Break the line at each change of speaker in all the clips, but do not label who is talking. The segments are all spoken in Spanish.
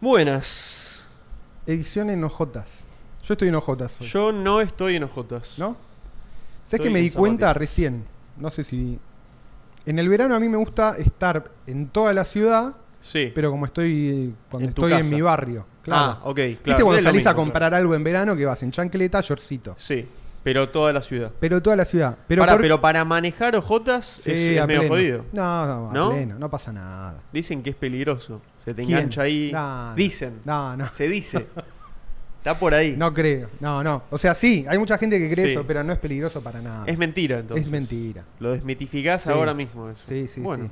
Buenas.
Edición en ojotas. Yo estoy en ojotas hoy.
Yo no estoy en ojotas.
¿No?
Estoy
¿Sabes que me
en
di cuenta
zapatillas.
recién? No sé si. En el verano a mí me gusta estar en toda la ciudad,
Sí.
pero como estoy. eh, Cuando
En tu
estoy
casa.
en mi barrio. Claro.
Ah, ok. Claro.
¿Viste cuando
Es lo
salís a
mismo,
comprar algo en verano que vas en chancleta, yorcito?
claro. Sí, pero toda la ciudad.
Pero toda la ciudad. Pero,
Pará,
por-
pero para manejar ojotas es,
Sí,
es
a
medio
pleno.
jodido.
No, no, a
¿No?
pleno, no pasa nada.
Dicen que es peligroso. Se te
¿Quién?
engancha ahí.
No, no.
Dicen.
No, no.
Se dice. Está por ahí.
No creo. No, no. O sea, sí, hay mucha gente que cree
Sí.
eso, pero no es peligroso para nada.
Es mentira, entonces.
Es mentira.
Lo desmitificás
Sí.
ahora mismo. Eso.
Sí, sí,
Bueno,
sí.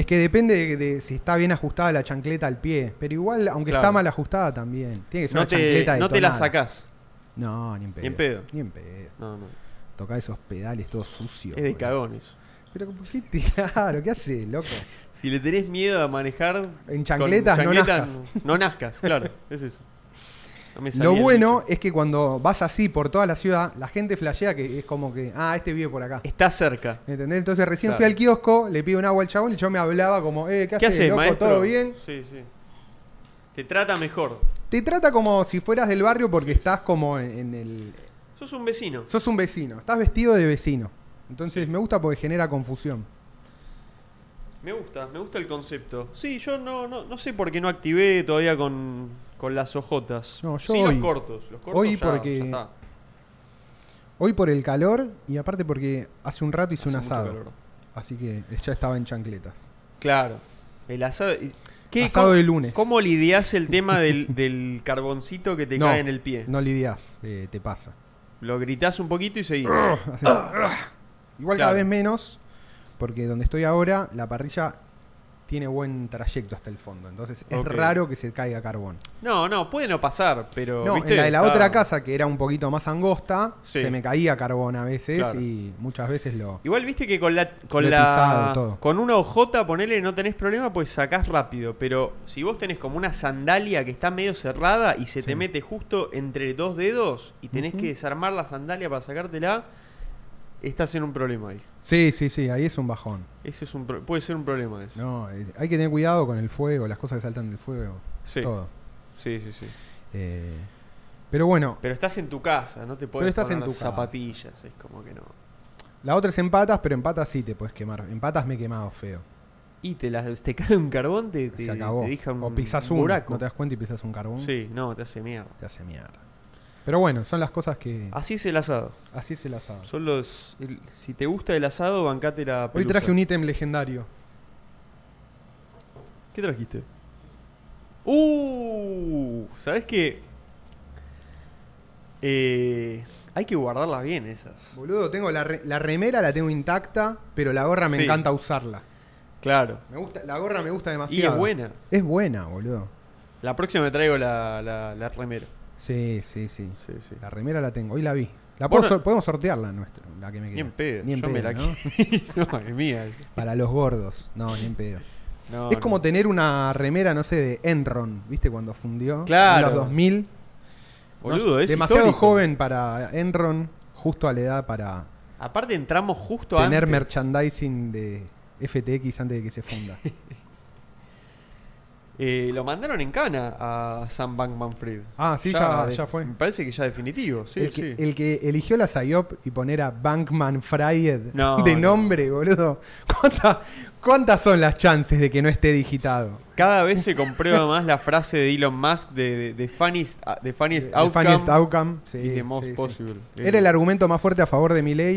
Es que depende de, de si está bien ajustada la chancleta al pie. Pero igual, aunque
Claro.
está mal ajustada también. Tiene que ser
No,
una chancleta
te,
de
no te la sacás.
No, ni en pedo.
en pedo.
Ni en pedo.
No, no.
Tocar esos pedales todos sucios.
Es de
boludo.
cagones.
Pero ¿por qué te- claro? ¿Qué haces, loco?
Si le tenés miedo a manejar.
En
chancletas
chancletas no nazcas.
no nazcas, claro. Es eso. No me
Lo
salía
bueno
dicho.
es que cuando vas así por toda la ciudad, la gente flashea que es como que, ah, este vive por acá.
Está cerca.
¿Entendés? Entonces recién fui
Claro.
al kiosco, le pido un agua al chabón y yo me hablaba como, eh,
¿Qué
¿qué, haces,
haces,
loco?
maestro?
¿Todo bien?
Sí, sí. Te trata mejor.
Te trata como si fueras del barrio porque estás como en, en el...
Sos un vecino.
Sos un vecino, estás vestido de vecino. Entonces me gusta porque genera confusión.
Me gusta, me gusta el concepto. Sí, yo no, no, no sé por qué no activé todavía con, con las ojotas.
No, yo
sí,
hoy.
los cortos. Los cortos
Hoy
ya-
porque
ya está.
Hoy por el calor y aparte porque hace un rato hice un
Hace mucho
asado.
calor.
Así que ya estaba en chancletas.
Claro. El asado. y- ¿Qué,
Asado
cómo,
de lunes.
¿Cómo lidiás el tema del, del carboncito que te cae en el pie?
No lidias, te pasa.
Lo gritás un poquito y seguís.
Así. Igual cada
Claro.
vez menos, porque donde estoy ahora, la parrilla tiene buen trayecto hasta el fondo. Entonces es
Ok.
raro que se caiga carbón.
No, no, puede no pasar, pero.
No,
¿viste?
en la de la
Está-
otra casa, que era un poquito más angosta,
Sí.
se me caía carbón a veces
Claro.
y muchas veces lo.
Igual viste que con la. Con,
Lo
la
pisado, todo.
con una ojota, ponele, no tenés problema, pues sacás rápido. Pero si vos tenés como una sandalia que está medio cerrada y se te
Sí.
mete justo entre dos dedos y tenés
Ujú.
que desarmar la sandalia para sacártela, estás en un problema ahí.
Sí, sí, sí, ahí es un bajón.
Ese es un pro- puede ser un problema eso.
No, eh, hay que tener cuidado con el fuego, las cosas que saltan del fuego.
Sí.
Todo.
Sí, sí, sí.
Eh, pero bueno,
Pero estás en tu casa, no te puedes
estás
poner
en tu
las
casa.
zapatillas, es como que no.
la otra es en patas, pero en patas sí te puedes quemar. En patas me he quemado feo.
Y te, las, te cae un carbón, te, te,
se acabó.
te deja un,
o pisas
un
un,
buraco.
no te das cuenta y pisas un carbón.
Sí, no, te hace mierda.
Te hace mierda. Pero bueno, son las cosas que.
Así es el asado.
Así es el asado.
Son los. el- si te gusta el asado, bancate la
Hoy
pelusa.
traje un ítem legendario.
¿Qué trajiste? ¡Uh! ¿Sabes qué? Eh, hay que guardarlas bien esas.
Boludo, tengo la, re- la remera, la tengo intacta, pero la gorra me
Sí.
encanta usarla.
Claro.
Me gusta, la gorra me gusta demasiado.
Y es buena.
Es buena, boludo.
La próxima me traigo la, la, la remera.
Sí, sí, sí.
Sí, sí.
La remera la tengo, hoy la vi. La
Vos
puedo
no-
sor- podemos sortear la nuestra, la que me queda.
Ni en pedo.
Ni en
Yo me la
pedo, ¿no?
qui- no, es mía.
Para los gordos. No, ni en pedo.
No,
es
no.
como tener una remera, no sé, de Enron, ¿viste? Cuando fundió.
Claro.
En los 2000.
Boludo,
No,
es
demasiado
histórico.
joven para Enron, justo a la edad para
Aparte entramos justo
tener
antes.
merchandising de FTX antes de que se funda.
Eh, lo mandaron en cana a Sam Bankman Fried.
Ah, sí, ya- ya fue.
Me parece que ya definitivo, sí,
el,
sí.
que, el que eligió la IOP y poner a Bankman Fried
No,
de
no.
nombre, boludo. ¿Cuánta- ¿Cuántas son las chances de que no esté digitado?
Cada vez se comprueba más la frase de Elon Musk de, de, de funniest, the funniest
The
outcome,
funniest outcome, sí,
is the most
sí, sí.
possible.
Era el argumento más fuerte a favor de mi ley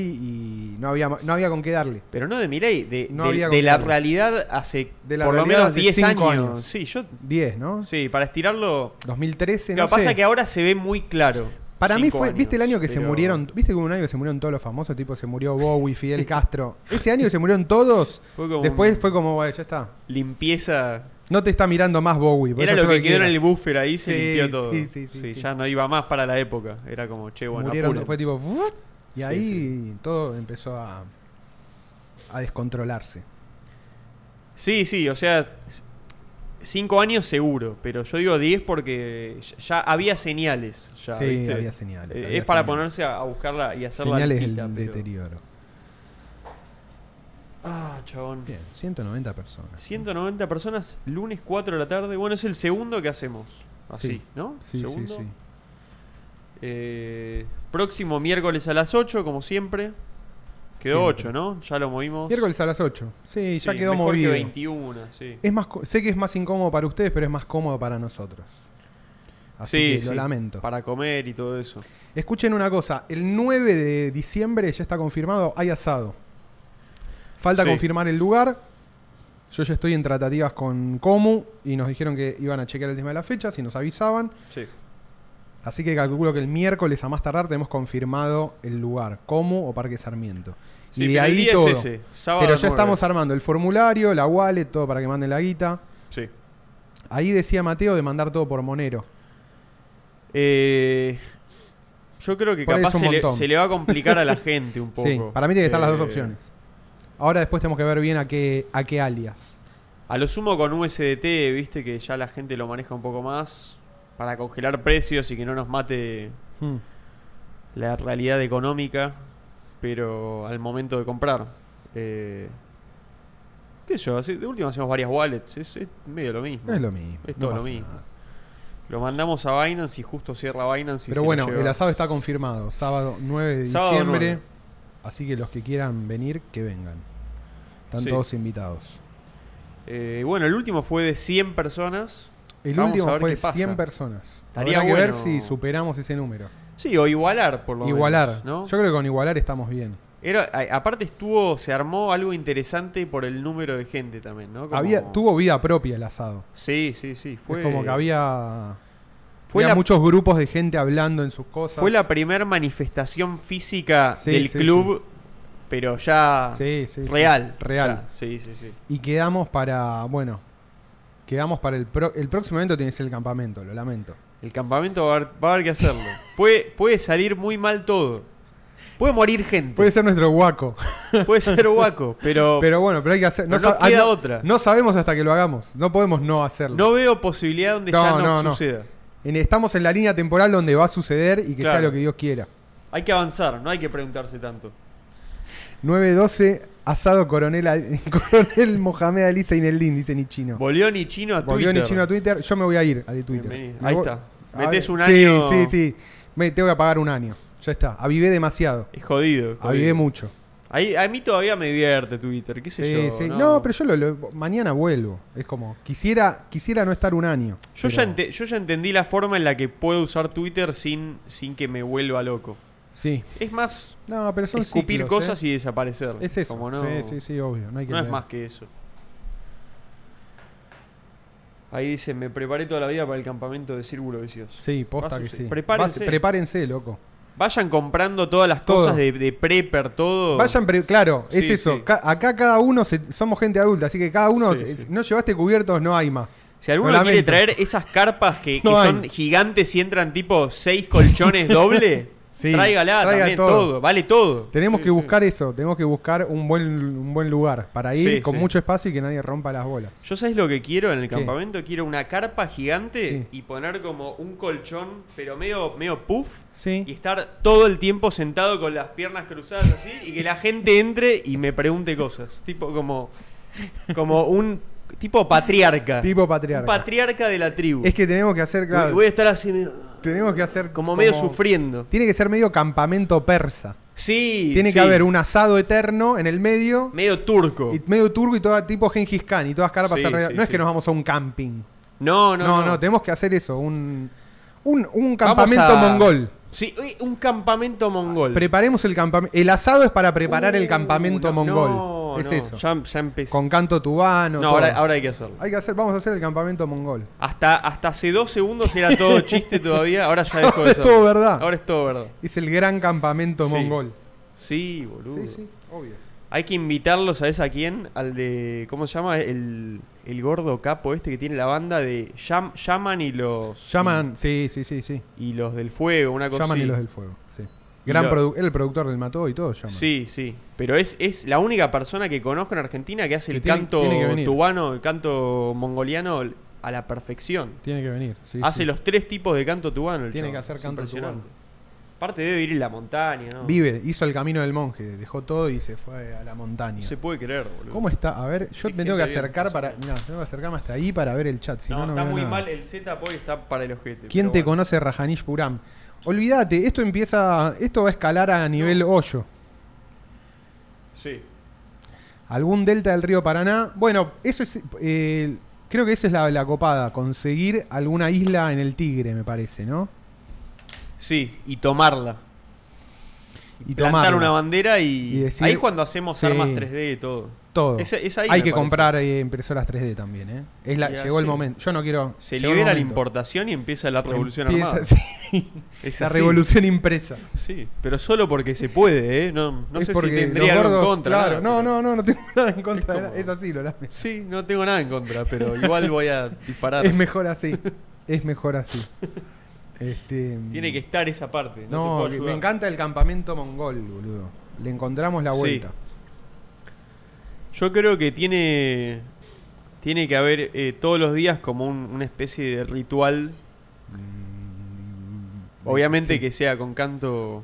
y no había, no había con qué darle.
Pero no de Milei, de,
No
de-
había
de la
gobierno.
realidad hace
De la
por lo
realidad
menos
hace
10 años.
cinco años.
Sí, yo
10, ¿no?
sí, para estirarlo.
2013,
Lo
no
que pasa
sé.
es que ahora se ve muy claro.
Para mí
Cinco
fue,
años,
¿viste el año que se
pero-
murieron? ¿Viste que hubo un año que se murieron todos los famosos? Tipo, se murió Bowie, Fidel Castro. Ese año que se murieron todos.
Fue como
después
un-
fue como, bueno, ya está.
Limpieza.
No te está mirando más Bowie. podés
Era lo
hacer
que quedó en
quieras.
el buffer ahí, se
Sí,
limpió todo.
sí, sí, sí, sí.
Ya no iba más para la época. Era como, che, bueno,
Murieron,
apuren.
fue tipo. "Uf", Y
Sí,
ahí todo empezó a, a descontrolarse.
Sí, sí, o sea, s- cinco años seguro, pero yo digo 10 porque ya- ya había señales. ya,
Sí,
¿viste?
había señales,
Eh,
había
es para
señales.
ponerse a, a buscarla y hacerla.
Señales
altita,
del
pero-
deterioro.
Ah, chabón.
Bien, 190 personas.
190 personas, lunes 4 de la tarde. Bueno, es el segundo que hacemos. Así,
Sí.
¿no?
Sí, sí,
Segundo.
sí.
Eh, próximo miércoles a las 8, como siempre. Quedó
Siempre.
8, ¿no? Ya lo movimos.
Miércoles a las 8. Sí, ya
Sí,
quedó
mejor que
movido.
21, sí.
Es más, co- sé que es más incómodo para ustedes, pero es más cómodo para nosotros. Así
Sí,
que lo
sí,
lamento.
Para comer y todo eso.
Escuchen una cosa, el 9 de diciembre ya está confirmado, hay asado. Falta
Sí.
confirmar el lugar. Yo ya estoy en tratativas con Comu y nos dijeron que iban a chequear el tema de las fechas y nos avisaban.
Sí.
Así que calculo que el miércoles a más tardar tenemos confirmado el lugar, Comu o Parque Sarmiento.
Sí,
y de
pero el
ahí
día es
todo.
ese, sábado
pero ya
nueve.
estamos armando el formulario, la wallet, todo para que manden la guita.
Sí.
Ahí decía Mateo de mandar todo por Monero.
Eh, yo creo que
Por ahí
capaz
es un
se le,
montón.
se le va a complicar a la gente un poco.
Sí, para mí tiene que estar las dos
Eh,
opciones. Ahora después tenemos que ver bien a qué, a qué alias.
A lo sumo con USDT, viste que ya la gente lo maneja un poco más para congelar precios y que no nos mate
Hmm.
la realidad económica, pero al momento de comprar. Eh, ¿Qué sé yo? así- De última hacemos varias wallets, es, es medio lo mismo.
Es lo mismo.
Es
no
todo lo
pasa
mismo.
nada.
Lo mandamos a Binance y justo cierra Binance y se
Pero
lo
bueno,
lleva.
el asado está confirmado. Sábado 9 de
Sábado
diciembre.
9.
Así que los que quieran venir, que vengan. Están
Sí.
todos invitados.
Eh, bueno, el último fue de 100 personas.
El
Vamos a
último
ver
fue
qué pasa.
100 personas.
Estaría
Habrá que ver
bueno.
si superamos ese número.
Sí, o igualar por lo
Igualar.
menos. ¿no?
Yo creo que con igualar estamos bien.
Era, a- aparte estuvo, se armó algo interesante por el número de gente también, ¿no? Como-
Había, tuvo vida propia el asado.
Sí, sí, sí. Fue
es como que había,
fue
había
la,
muchos grupos de gente hablando en sus cosas.
fue la primer manifestación física
Sí,
del
sí,
club, pero ya
Sí, sí, sí.
real.
Real.
Ya, sí, sí, sí.
Y quedamos para, bueno, quedamos para el, pro- el próximo evento tiene que ser el campamento, lo lamento.
El campamento va a haber, va a haber que hacerlo. puede, puede salir muy mal todo. Puede morir gente.
Puede ser nuestro guaco.
puede ser guaco, pero,
Pero bueno, pero hay que hacer.
Oh. Pero no
sab- ah,
queda otra.
No sabemos hasta que lo hagamos. No podemos no hacerlo.
no veo posibilidad donde
No,
ya no,
no, no.
suceda.
En- Estamos en la línea temporal donde va a suceder y que sea
Claro.
lo que Dios quiera.
Hay que avanzar, no hay que preguntarse tanto.
9-12, asado coronel, Al- coronel Mohamed Ali Seineldin, dice ni chino.
Volvió ni chino a
Volvió
Twitter.
ni chino a Twitter. Yo me voy a ir a de Twitter.
Bienvenido.
Me
Ahí
voy-
está.
a
Metés
ver-
un año-
Sí, sí, sí. Me tengo que pagar un año. Ya está. Avivé demasiado.
Es jodido. es jodido.
Avivé mucho.
Ahí- a mí todavía me divierte Twitter, qué sé
Sí,
yo.
sí. No. pero yo lo, lo- mañana vuelvo. Es como, quisiera, quisiera no estar un año.
Yo,
pero-
ya ente- yo ya entendí la forma en la que puedo usar Twitter sin, sin que me vuelva loco.
Sí.
Es más,
No, pero son
escupir
ciclos, ¿eh?
cosas y desaparecer.
Es eso.
Como no,
Sí, sí, sí, obvio. No hay que
no es
leer.
más que eso. Ahí dice, me preparé toda la vida para el campamento de Círculo Vicioso.
Sí,
Va a
posta que
suceder.
sí.
Prepárense.
Va- prepárense, loco.
Vayan comprando todas las
Todo.
cosas de, de prepper, todo.
Vayan, pre- claro, es
Sí,
eso.
sí.
Ca- acá cada uno, se- somos gente adulta, así que cada uno,
Sí,
eh,
sí.
no llevaste cubiertos, no hay más.
Si alguno
Lo lamento.
quiere traer esas carpas que, que
No hay.
son gigantes y entran tipo seis colchones doble,
Sí,
tráigala
traiga
también, todo.
todo.
vale todo.
Tenemos
Sí,
que
sí.
buscar eso, tenemos que buscar un buen, un buen lugar para ir
Sí,
con
sí.
mucho espacio y que nadie rompa las bolas.
Yo sabes lo que quiero en el
¿Qué?
campamento, quiero una carpa gigante
Sí.
y poner como un colchón, pero medio, medio puff, y
Sí.
estar todo el tiempo sentado con las piernas cruzadas así, y que la gente entre y me pregunte cosas. Tipo como, como un tipo patriarca.
Tipo
Un
patriarca.
patriarca de la tribu.
es que tenemos que hacer, claro,
Voy- Voy a estar así medio-
tenemos que hacer
como medio sufriendo.
Tiene que ser medio campamento persa.
Sí.
Tiene
sí.
que haber un asado eterno en el medio,
Medio turco.
y medio turco y todo tipo Gengis Khan y todas carpas
Sí,
alrededor.
sí,
no es
sí.
que nos vamos a un camping.
No, no, no.
tenemos que hacer eso, un, un,
Vamos
un campamento
a-
mongol.
Sí, uy, un campamento mongol.
Preparemos el campamento. El asado es para preparar
Uh,
el campamento
no,
mongol.
no,
es
no,
eso.
Ya, ya empecé.
Con canto tubano.
no,
todo.
ahora, ahora hay que hacerlo.
Hay que hacer, vamos a hacer el campamento mongol.
Hasta, hasta hace dos segundos era todo chiste todavía, ahora ya dejó
Ahora
de
es
ser.
todo verdad.
Ahora es todo verdad.
Es el gran campamento
Sí,
mongol.
Sí, boludo.
Sí, sí, obvio.
Hay que invitarlos, ¿sabes a quién? Al de. ¿Cómo se llama? El, el gordo capo este que tiene la banda de Yam- Yaman y los.
Llaman, sí, sí, sí, sí.
Y, y los del fuego, una cosa
Llaman y
así.
los del fuego. Sí. Gran
lo-
produ- él el productor del Mató y todo, llaman.
Sí, sí. Pero es, es la única persona que conozco en Argentina que hace
Que
el
tiene-
canto
tiene que venir.
tubano, el canto mongoliano a la perfección.
Tiene que venir. sí,
hace
sí.
los tres tipos de canto tubano. el
Tiene
chabón.
que hacer
Es
canto
impresionante.
tubano.
Aparte debe ir en la montaña, ¿no?
Vive, hizo el camino del monje, dejó todo y se fue a la montaña.
No se puede creer, boludo.
¿Cómo está? A ver, yo
Qué
me tengo que
gente bien,
acercar
más o
para.
menos.
No, tengo que acercarme hasta ahí para ver el chat. Si no,
no,
no
está
veo
muy
nada.
mal. El Z hoy está para el ojete.
¿Quién
pero
te
bueno.
conoce Rajanish Puram? Olvídate, esto empieza. Esto va a escalar a nivel hoyo.
Sí.
¿Algún delta del río Paraná? Bueno, eso es. eh, creo que esa es la, la copada. Conseguir alguna isla en el Tigre, me parece, ¿no?
Sí, y tomarla.
Y
Plantar
tomarla.
una bandera y.
Y decir-
ahí es cuando hacemos
Sí.
armas 3D y todo.
Todo.
Esa- esa ahí
Hay
me
que
parece.
comprar eh, impresoras 3D también, ¿eh? Es la,
Ya,
llegó el
sí.
momento. Yo no quiero.
Se
llegó el
libera la
momento.
importación y empieza la revolución
Empieza-
armada.
sí.
Es
la
así.
revolución impresa.
Sí, pero solo porque se puede, ¿eh? No, no
Es
sé si
porque
tendría algo
los
en
gordos-
contra. nada,
Claro, no,
pero-
no, no, no tengo nada en contra.
Es
de nada.
como-
Es así, lo lamento.
Sí, no tengo nada en contra, pero igual voy a disparar.
Es mejor así. es mejor así. Este, mm,
Tiene que estar esa parte. No, te
No,
puedo
que-
ayudar.
me encanta el campamento mongol, boludo. Le encontramos la
Sí.
vuelta.
Yo creo que tiene. Tiene que haber eh, todos los días como un- una especie de ritual. Obviamente
Sí.
que sea con canto.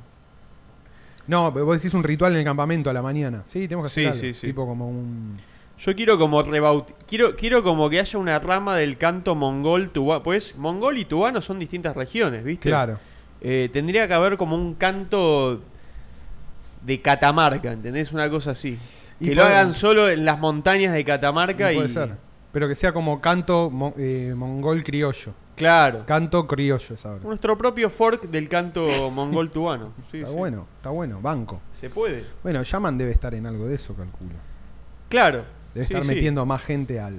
No, pero vos decís un ritual en el campamento a la mañana. Sí, tenemos que hacer
Sí,
algo.
sí, sí.
Tipo como un...
Yo quiero como rebaut... Quiero, quiero como que haya una rama del canto mongol tubano. Pues mongol y tubano son distintas regiones, ¿viste?
Claro.
Eh, tendría que haber como un canto de Catamarca, ¿entendés? Una cosa así.
Y
que lo
puede-
hagan solo en las montañas de Catamarca y.
Puede ser. Pero que sea como canto mo- eh, mongol criollo.
Claro.
Canto criollo es ahora.
Nuestro propio fork del canto mongol tubano. Sí,
está
sí.
bueno, está bueno. Banco.
Se puede.
Bueno, Yaman debe estar en algo de eso, calculo.
Claro.
Debe
Sí,
estar
sí.
metiendo más gente al...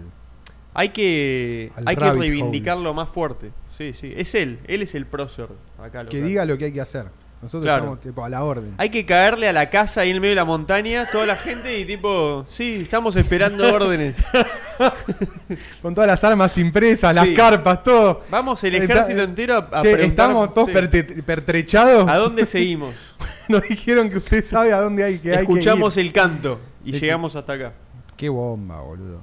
Hay que,
Al
hay que
rabbit
reivindicarlo más fuerte. Sí, sí. Es él. Él es el prócer. Acá
Que
local.
diga lo que hay que hacer. Nosotros
Claro.
estamos tipo, a la orden.
Hay que caerle a la casa ahí en el medio de la montaña, toda la gente y tipo, sí, estamos esperando órdenes.
Con todas las armas impresas, las
Sí.
carpas, todo.
Vamos el
Está- eh,
ejército entero a, a
Che,
preguntar-
estamos todos
sí,
perte- pertrechados.
¿A dónde seguimos?
Nos dijeron que usted sabe a dónde hay que hay que
Escuchamos
ir.
el canto y
Es que-
llegamos hasta acá.
Qué bomba, boludo.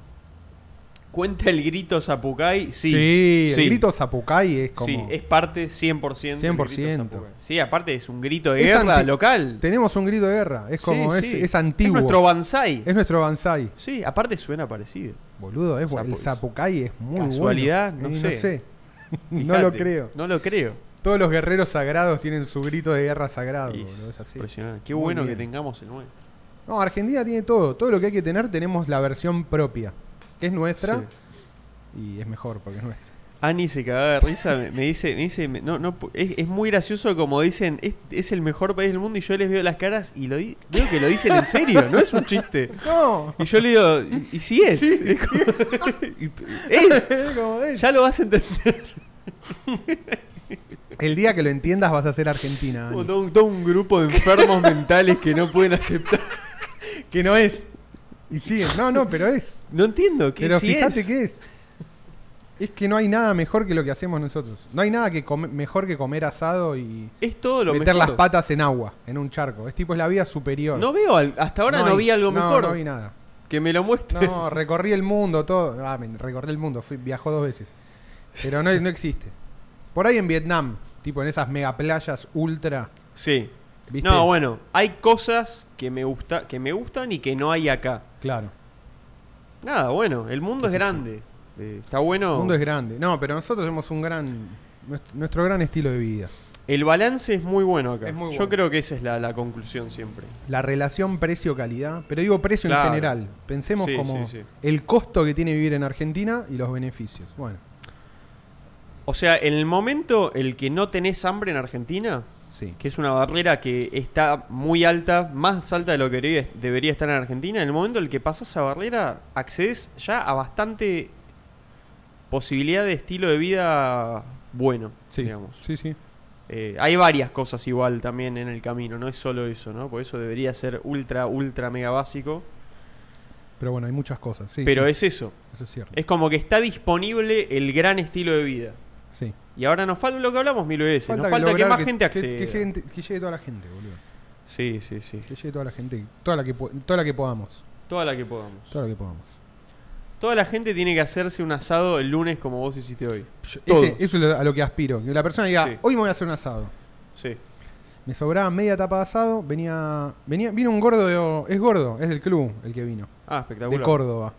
¿Cuenta el grito Zapucay? Sí.
el grito Zapucay es como...
Sí, es parte 100% del grito
100%.
Zapucay. Sí, aparte es un grito de
Es
guerra
anti-
local.
Tenemos un grito de guerra. Es
Sí,
como... es,
sí.
es antiguo.
Es nuestro Banzai.
Es nuestro Banzai.
Sí, aparte suena parecido.
Boludo, es, bu- el
Zapu-
Zapucay es muy
Casualidad,
bueno.
no
Eh,
sé.
no lo
Fíjate,
creo.
No lo creo.
Todos los guerreros sagrados tienen su grito de guerra sagrado,
Y
Ah, boludo, es así.
Impresionante. Qué
Muy
bueno
bien.
que tengamos el nuestro.
No, Argentina tiene todo. Todo lo que hay que tener tenemos la versión propia, que es nuestra
Sí.
y es mejor porque es nuestra.
Ani se cagaba de risa, me, me dice, me dice, me- no, no, pu- es, es muy gracioso como dicen, es, es el mejor país del mundo y yo les veo las caras y lo di- veo que lo dicen en serio, no es un chiste.
No,
Y yo le digo, y, y si es, es, como- y- es,
Como es.
ya lo vas a entender.
el día que lo entiendas vas a ser Argentina, Ani.
Como todo, un- todo un grupo de enfermos mentales que no pueden aceptar.
que no es. Y sigue, no, no, pero es.
No entiendo, ¿qué
Pero
si
fíjate
es?
que es. Es que no hay nada mejor que lo que hacemos nosotros. No hay nada que come- mejor que comer asado y
Es todo lo
meter
mejor.
las patas en agua, en un charco. Es tipo es la vida superior.
No veo, al- hasta ahora no,
hay-
vi algo
no,
mejor.
No vi nada.
Que me lo muestre.
No, recorrí el mundo, todo. Ah, men, recorrí el mundo, fui, viajó dos veces. Pero no, no existe. Por ahí en Vietnam, tipo en esas mega playas ultra.
Sí.
¿Viste?
No, bueno, hay cosas que me gusta, que me gustan y que no hay acá.
Claro.
Nada, bueno, el mundo es grande. Eh, está bueno.
El mundo es grande. No, pero nosotros tenemos un gran. nuestro- Nuestro gran estilo de vida.
El balance es muy bueno acá.
Es muy
Yo
bueno.
creo que esa es la, la conclusión siempre.
La relación precio-calidad. Pero digo precio
Claro.
en general. Pensemos
Sí,
como
sí, sí.
el costo que tiene vivir en Argentina y los beneficios. Bueno,
O sea, en el momento el que no tenés hambre en Argentina,
sí.
que es una barrera que está muy alta, más alta de lo que debería, debería estar en Argentina, en el momento en el que pasas esa barrera, accedes ya a bastante posibilidad de estilo de vida bueno,
Sí,
digamos.
sí, sí.
Eh, hay varias cosas igual también en el camino, no es solo eso, ¿no? Por eso debería ser ultra, ultra, mega básico.
Pero bueno, hay muchas cosas. Sí,
pero
sí,
es eso,
eso es cierto.
es como que está disponible el gran estilo de vida.
sí.
Y ahora nos falta lo que hablamos mil veces, nos falta que
lograr
más gente acceda.
que gente- que llegue toda la gente, boludo.
Sí, sí, sí.
Que llegue toda la gente, toda la que, po- toda la que podamos.
Toda la que podamos.
Toda la que podamos.
Toda la gente tiene que hacerse un asado el lunes como vos hiciste hoy.
Yo-
Todos.
ese- eso es lo- a lo que aspiro. Que la persona diga,
Sí.
hoy me voy a hacer un asado.
Sí.
Me sobraba media tapa de asado. Venía, venía, vino un gordo, de- es gordo, es del club el que vino,
Ah,
de
espectacular.
Córdoba.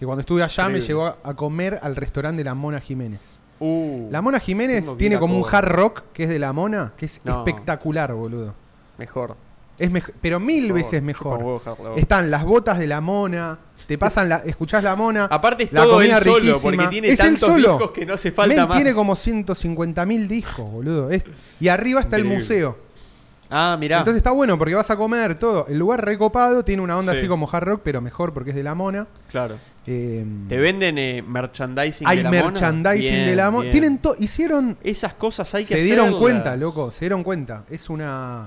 Y cuando estuve allá me
Increíble.
llevó a- a comer al restaurante de la Mona Jiménez.
Uh,
La Mona Jiménez
Tengo que ir
tiene
a
como un
Córdoba.
hard rock que es de la Mona, que es
No.
espectacular, boludo.
mejor.
Es mej- pero mil veces mejor.
Está
Están las botas de la mona, te pasan la, escuchás la mona.
Aparte es
la
todo él
comida
solo,
riquísima.
porque tiene
Es él
tantos
solo.
discos que no hace falta
Men
más.
tiene como 150 mil discos, boludo. Es- y arriba está el
Increíble.
museo.
Ah, mirá.
Entonces está bueno porque vas a comer todo. El lugar recopado tiene una onda
Sí.
así como hard rock, pero mejor porque es de la mona.
claro.
Eh,
Te venden eh, merchandising
hay
de la mona.
merchandising
Bien,
de la mona.
bien.
Tienen to- hicieron.
Esas cosas hay que
Se dieron
hacerlas.
cuenta, loco. Se dieron cuenta. Es una.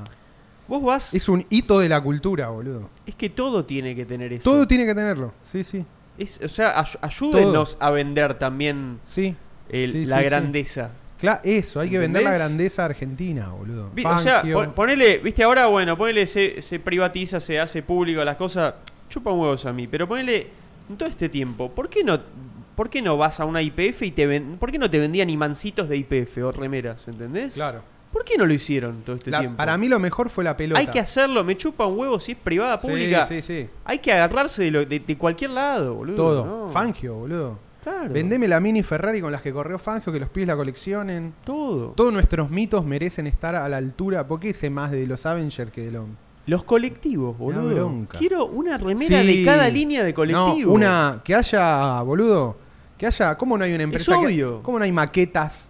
Vos vas. Es,
Es un hito de la cultura, boludo.
que todo tiene que tener eso.
Todo tiene que tenerlo. Sí, sí.
Es- o sea, ay- ayúdenos a vender también
Sí.
el-
Sí,
la
sí, sí.
grandeza.
Claro, eso, hay que vender la
¿Entendés?
grandeza argentina, boludo.
Vi- O sea,
Fangio.
pon- ponele, viste, ahora, bueno, ponele, se, se privatiza, se hace público las cosas. Chupa huevos a mí, pero ponele, en todo este tiempo, ¿por qué no, por qué no vas a una IPF y te ven, ¿por qué no te vendían imancitos de IPF o remeras, ¿entendés?
Claro.
¿Por qué no lo hicieron todo este
La-
tiempo?
para mí lo mejor fue la pelota.
hay que hacerlo, me chupa un huevo si es privada,
Sí,
pública.
Sí, sí,
Hay que agarrarse de, lo- de- de cualquier lado, boludo.
Todo.
¿no?
Fangio, boludo.
Claro.
Vendeme la mini Ferrari con las que corrió Fangio, que los pies la coleccionen.
todo.
Todos nuestros mitos merecen estar a la altura. ¿Por qué sé más de los Avengers que de los...
Los colectivos, boludo.
bronca.
Quiero una remera
Sí.
de cada línea de colectivo.
No, una... Que haya, boludo... Que haya... ¿Cómo no hay una empresa que-
obvio.
¿Cómo no hay maquetas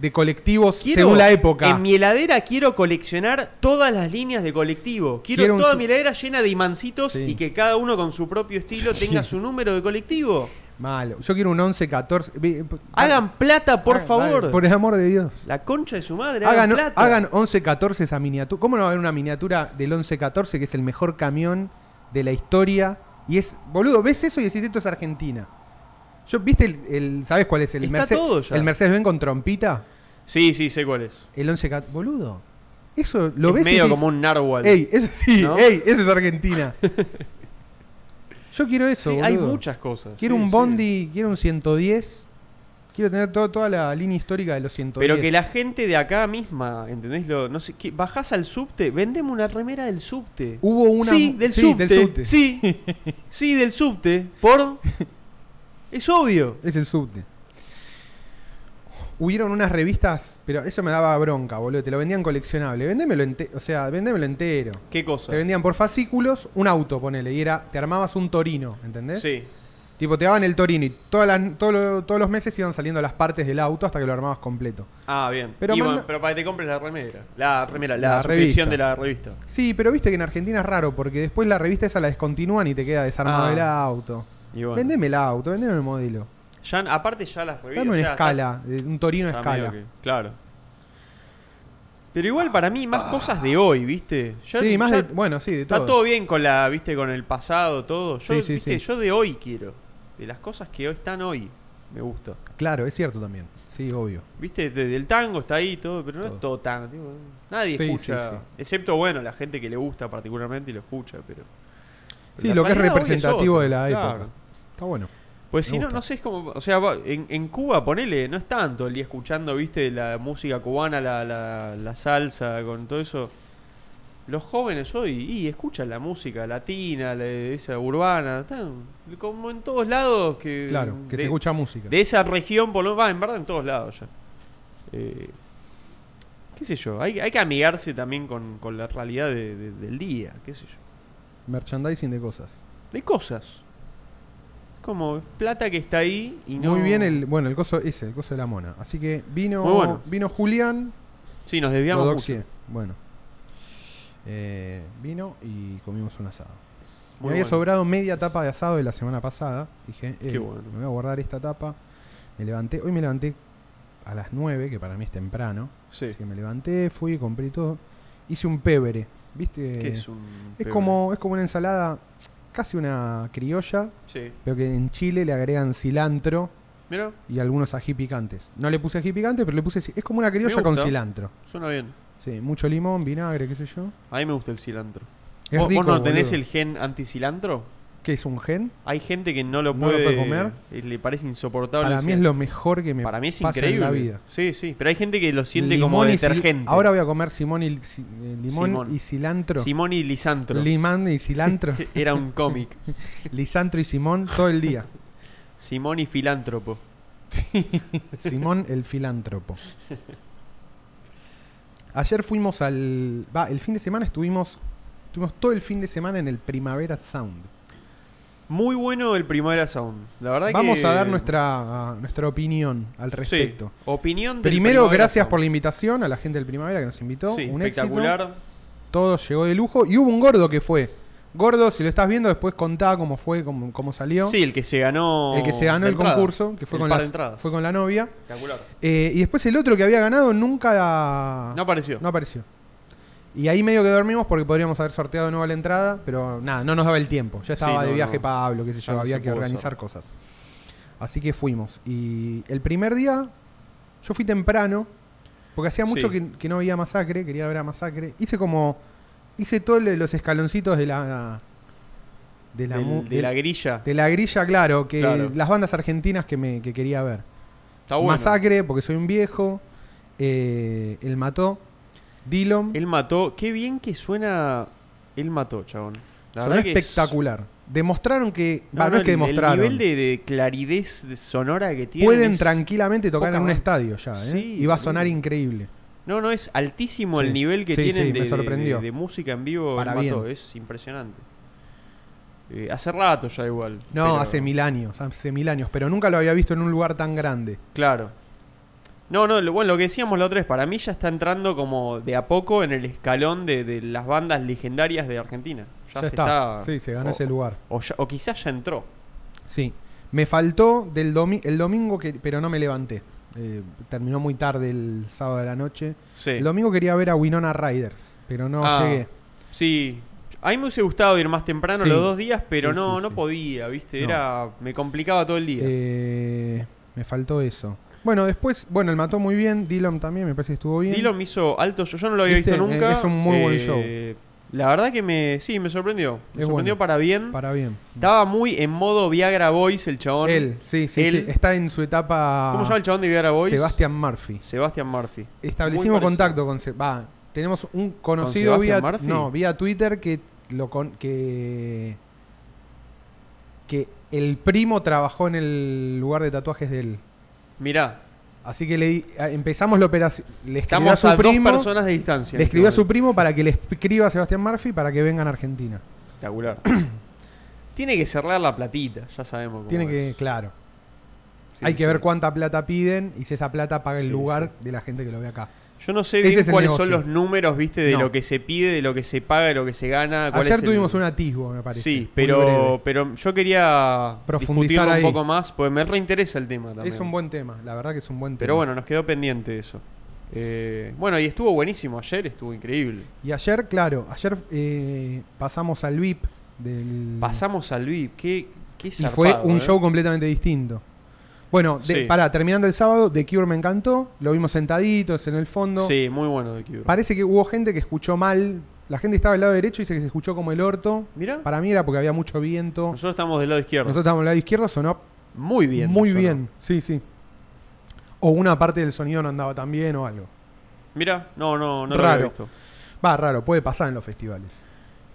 de colectivos
Quiero-
según la época?
En mi heladera quiero coleccionar todas las líneas de colectivo. Quiero,
Quiero un
toda
su-
mi heladera llena de imancitos
Sí.
y que cada uno con su propio estilo tenga su número de colectivo.
Malo. Yo quiero un 11, 14... vi-
Hagan plata, por
Ah, Hagan-
favor.
Por el amor de Dios.
La concha de su madre. Hagan,
Hagan,
plata.
hagan 11-14 esa miniatura. ¿Cómo no va a haber una miniatura del 11-14 que es el mejor camión de la historia? Y es, boludo, ves eso y decís, esto es Argentina. Yo, ¿viste el, el- sabes cuál es? El
Está
Mercedes,
todo ya.
el Mercedes Benz con trompita,
Sí, sí, sé cuál es.
el 11-14, boludo. Eso lo
Es
ves y
medio
decís,
como un narwhal.
Ey, eso sí,
¿No?
ey, eso es Argentina. Yo quiero eso,
Sí, hay
boludo.
muchas cosas.
Quiero
Sí,
un
sí.
Bondi, quiero un 110. Quiero tener todo- toda la línea histórica de los 110.
Pero que la gente de acá misma, ¿entendés? Lo, no sé, que bajás al subte, vendeme una remera del subte.
Hubo una...
Sí, del subte. Sí, sí, del subte. Por. Es obvio.
Es el subte. Hubieron unas revistas, pero eso me daba bronca, boludo. Te lo vendían coleccionable. Vendémelo entero. O sea, vendémelo entero.
¿Qué cosa?
Te vendían por fascículos un auto, ponele. Y era, te armabas un torino, ¿entendés?
Sí.
Tipo, te daban el torino y todas las- todo lo- todos los meses iban saliendo las partes del auto hasta que lo armabas completo.
Ah, bien.
Pero
Pero,
manda-
pero para que te compres la remera. La remera, la,
La
suscripción
revista.
de la revista.
Sí, pero viste que en Argentina es raro porque después la revista esa la descontinúan y te queda desarmado
Ah.
el auto.
Y bueno.
Vendeme el auto, vendeme el modelo.
Ya, aparte ya las revistas.
Dame una
o sea,
escala, eh, un torino
está- ya medio
escala.
que- claro. Pero igual para mí más cosas de hoy, ¿viste? Ya-
sí, más
ya
de- bueno, sí, de
Está todo bien con la, ¿viste? Con el pasado, todo. Yo,
Sí, sí,
¿viste?
sí.
Yo de hoy quiero. De las cosas que hoy están hoy. Me gusta.
Claro, es cierto también. Sí, obvio.
¿Viste? Desde el tango está ahí todo, pero no es todo tango. tipo, nadie
Sí,
escucha.
sí, sí.
Excepto, bueno, la gente que le gusta particularmente y lo escucha, pero. pero
Sí,
la
lo que es
realidad hoy
representativo
otra,
de la época.
claro.
Está bueno.
Pues
Me
si no,
gusta.
no sé, es como. O sea, va- en, en Cuba, ponele, no es tanto el día escuchando, viste, la música cubana, la, la- la salsa, con todo eso. Los jóvenes hoy, y escuchan la música latina, la- esa urbana, están como en todos lados que.
Claro, que se
Eh, de-
escucha música.
de esa región, por lo va, en verdad, en todos lados ya. Eh, ¿Qué sé yo? Hay, hay que amigarse también con, con la realidad de- de- del día, qué sé yo.
Merchandising de cosas.
De cosas. Como plata que está ahí y no.
Muy bien el, bueno, el coso ese, el coso de la mona. Así que vino
Muy bueno.
vino Julián,
Sí, nos
lo
desviamos mucho.
doxié. Bueno. Eh, vino y comimos un asado.
Muy
me había
bueno.
sobrado media tapa de asado de la semana pasada. Dije, eh,
Qué bueno.
me voy a guardar esta tapa. Me levanté, hoy me levanté a las 9, que para mí es temprano.
Sí.
Así que me levanté, fui, compré todo. Hice un pebre, ¿viste?
¿Qué es un
Es
pebre?
como, es como una ensalada, casi una criolla,
Sí.
pero que en Chile le agregan cilantro
Mira,
y algunos ají picantes. No le puse ají picante, pero le puse... ci- Es como una criolla
Me
con
gusta.
cilantro.
suena bien.
Sí, mucho limón, vinagre, qué sé yo.
A mí me gusta el cilantro.
Es
¿Vos, vos
rico,
no tenés
boludo.
el gen anticilantro?
que es un gen.
Hay gente que no lo
No lo
puede,
puede comer.
y le parece insoportable.
Para
o
mí
sea,
es lo mejor que me
para mí es
pasa
increíble.
en la vida.
Sí, sí, pero hay gente que lo siente como
Limón y cil-
detergente.
Ahora voy a comer simón y, ci- eh, limón
Simón.
y cilantro.
Simón y Lisantro.
Limón y cilantro.
Era un cómic.
Lisantro y Simón todo el día.
Simón y Filántropo.
Simón el filántropo. Ayer fuimos al. Va, el fin de semana estuvimos. Estuvimos todo el fin de semana en el Primavera Sound.
Muy bueno el Primavera Sound. La verdad
Vamos
que-
a dar nuestra, nuestra opinión al
Sí,
respecto.
opinión del
Primero,
Primavera
gracias
Sound.
por la invitación a la gente del Primavera que nos invitó.
Sí,
un
espectacular.
éxito. Todo llegó de lujo. Y hubo un gordo que fue. Gordo, si lo estás viendo, después contá cómo fue, cómo, cómo salió.
Sí, el que se ganó.
el que se ganó
la
el
entrada.
concurso, que fue,
El
con,
par
las-
de entradas.
fue con la novia.
Espectacular.
Eh, y después el otro que había ganado nunca
No apareció.
Ah. no apareció. Y ahí medio que dormimos porque podríamos haber sorteado de nuevo la entrada, pero nada, no nos daba el tiempo. Ya estaba
Sí, no,
de viaje
no.
Pablo, qué sé yo,
Ya no
había
se
que
pudo
organizar cosas. Así que fuimos. Y el primer día, yo fui temprano, porque hacía mucho
Sí.
que, que no veía masacre, quería ver a masacre. Hice como. Hice todos los escaloncitos de la. De la,
Del-
mu-
de
del-
la grilla.
de la grilla, claro, que
Claro.
las bandas argentinas que, me, que quería ver.
Está bueno.
Masacre, porque soy un viejo. eh, el mató. Dillon.
Él mató. Qué bien que suena. Él mató, chabón. La
Sonó
verdad que es-
espectacular. Demostraron que.
No,
va, no,
no,
es que
el-
demostraron.
El nivel de, de claridez de sonora que tiene.
Pueden
es-
tranquilamente tocar
poca
en un
ma-
estadio ya, ¿eh?
Sí,
y va a sonar
boludo.
increíble.
No, no, es altísimo
Sí.
el nivel que
Sí,
tienen
sí,
de,
me
de-
sorprendió.
de- de música en vivo.
Para
Él mató.
bien.
Es impresionante. Eh, hace rato ya igual.
No,
pero-
hace mil años, hace mil años, pero nunca lo había visto en un lugar tan grande.
Claro. No, no, lo, bueno, lo que decíamos la otra vez, para mí ya está entrando como de a poco en el escalón de, de las bandas legendarias de Argentina. Ya,
Ya,
se Oh.
está. Sí, se ganó
o-
ese lugar.
O, ya- o quizás ya entró.
Sí. Me faltó del domi- el domingo, que, pero no me levanté. Eh, terminó muy tarde el sábado de la noche.
Sí.
El domingo quería ver a Winona Riders, pero no
Ah,
llegué.
Sí. A mí me hubiese gustado ir más temprano
Sí.
los dos días, pero
Sí,
no,
sí,
no
sí.
podía, ¿viste?
No.
Era. Me complicaba todo el día.
Eh, me faltó eso. Bueno, después, bueno, el mató muy bien. Dillon también, me parece que estuvo bien.
Dilo me hizo alto show. Yo no lo había
¿Viste?
visto nunca. Eh,
Eh, es un muy buen
La verdad que me. Sí, me sorprendió. Me
Es
sorprendió
bueno.
para bien.
Para bien.
Estaba muy en modo Viagra Boys el chabón.
Él, Ah. sí, sí,
Él.
sí. Está en su etapa.
¿Cómo se llama el chabón de Viagra Boys?
Sebastian Murphy.
Sebastian Murphy. Muy
Establecimos
parecido.
contacto con. Se- Va, tenemos un conocido
¿Con
vía.
Sebastian Murphy?
No, vía Twitter que lo con, que. que el primo trabajó en el lugar de tatuajes de él.
Mirá,
Así que le di- a- empezamos la operación. Le escribió a
estamos
su
a
primo.
dos personas de distancia.
le escribió a su
Este
primo para que le escriba a Sebastián Murphy para que vengan a Argentina.
momento. Espectacular. Tiene que cerrar la platita, ya sabemos. cómo
Tiene
es.
que, claro.
Sí,
Hay que
sí.
ver cuánta plata piden y si esa plata paga el
Sí,
lugar de la gente que lo ve acá.
Yo no sé
Ese
bien
es el
cuáles
negocio.
son los números, viste, de
No.
lo que se pide, de lo que se paga, de lo que se gana. Ah, cuál
Ayer
es el-
tuvimos un atisbo, me parece. muy
Sí,
breve.
pero, pero yo quería
Profundizar
profundizar
ahí.
un poco más, porque me reinteresa el tema también.
Es un buen tema, la verdad que es un buen tema.
Pero bueno, nos quedó pendiente eso. Eh, bueno, y estuvo buenísimo ayer, estuvo increíble.
Y ayer, claro, ayer eh, pasamos al VIP del.
Pasamos al VIP, qué, qué
Mm. y fue
zarpado,
un
¿eh?
show completamente distinto. Bueno, de-
Sí.
pará, terminando el sábado, The Cure me encantó. Lo vimos sentaditos en el fondo.
Sí, muy bueno de Cure.
Parece que hubo gente que escuchó mal. La gente estaba del lado derecho y dice que se escuchó como el orto.
Mirá,
Para mí era porque había mucho viento.
nosotros estamos del lado izquierdo.
Nosotros estábamos del lado izquierdo, sonó
Muy bien.
Muy
sonó.
bien, sí, sí. O una parte del sonido no andaba tan bien o algo.
Mirá, no, no, no lo
Raro.
había visto.
Va, raro, puede pasar en los festivales.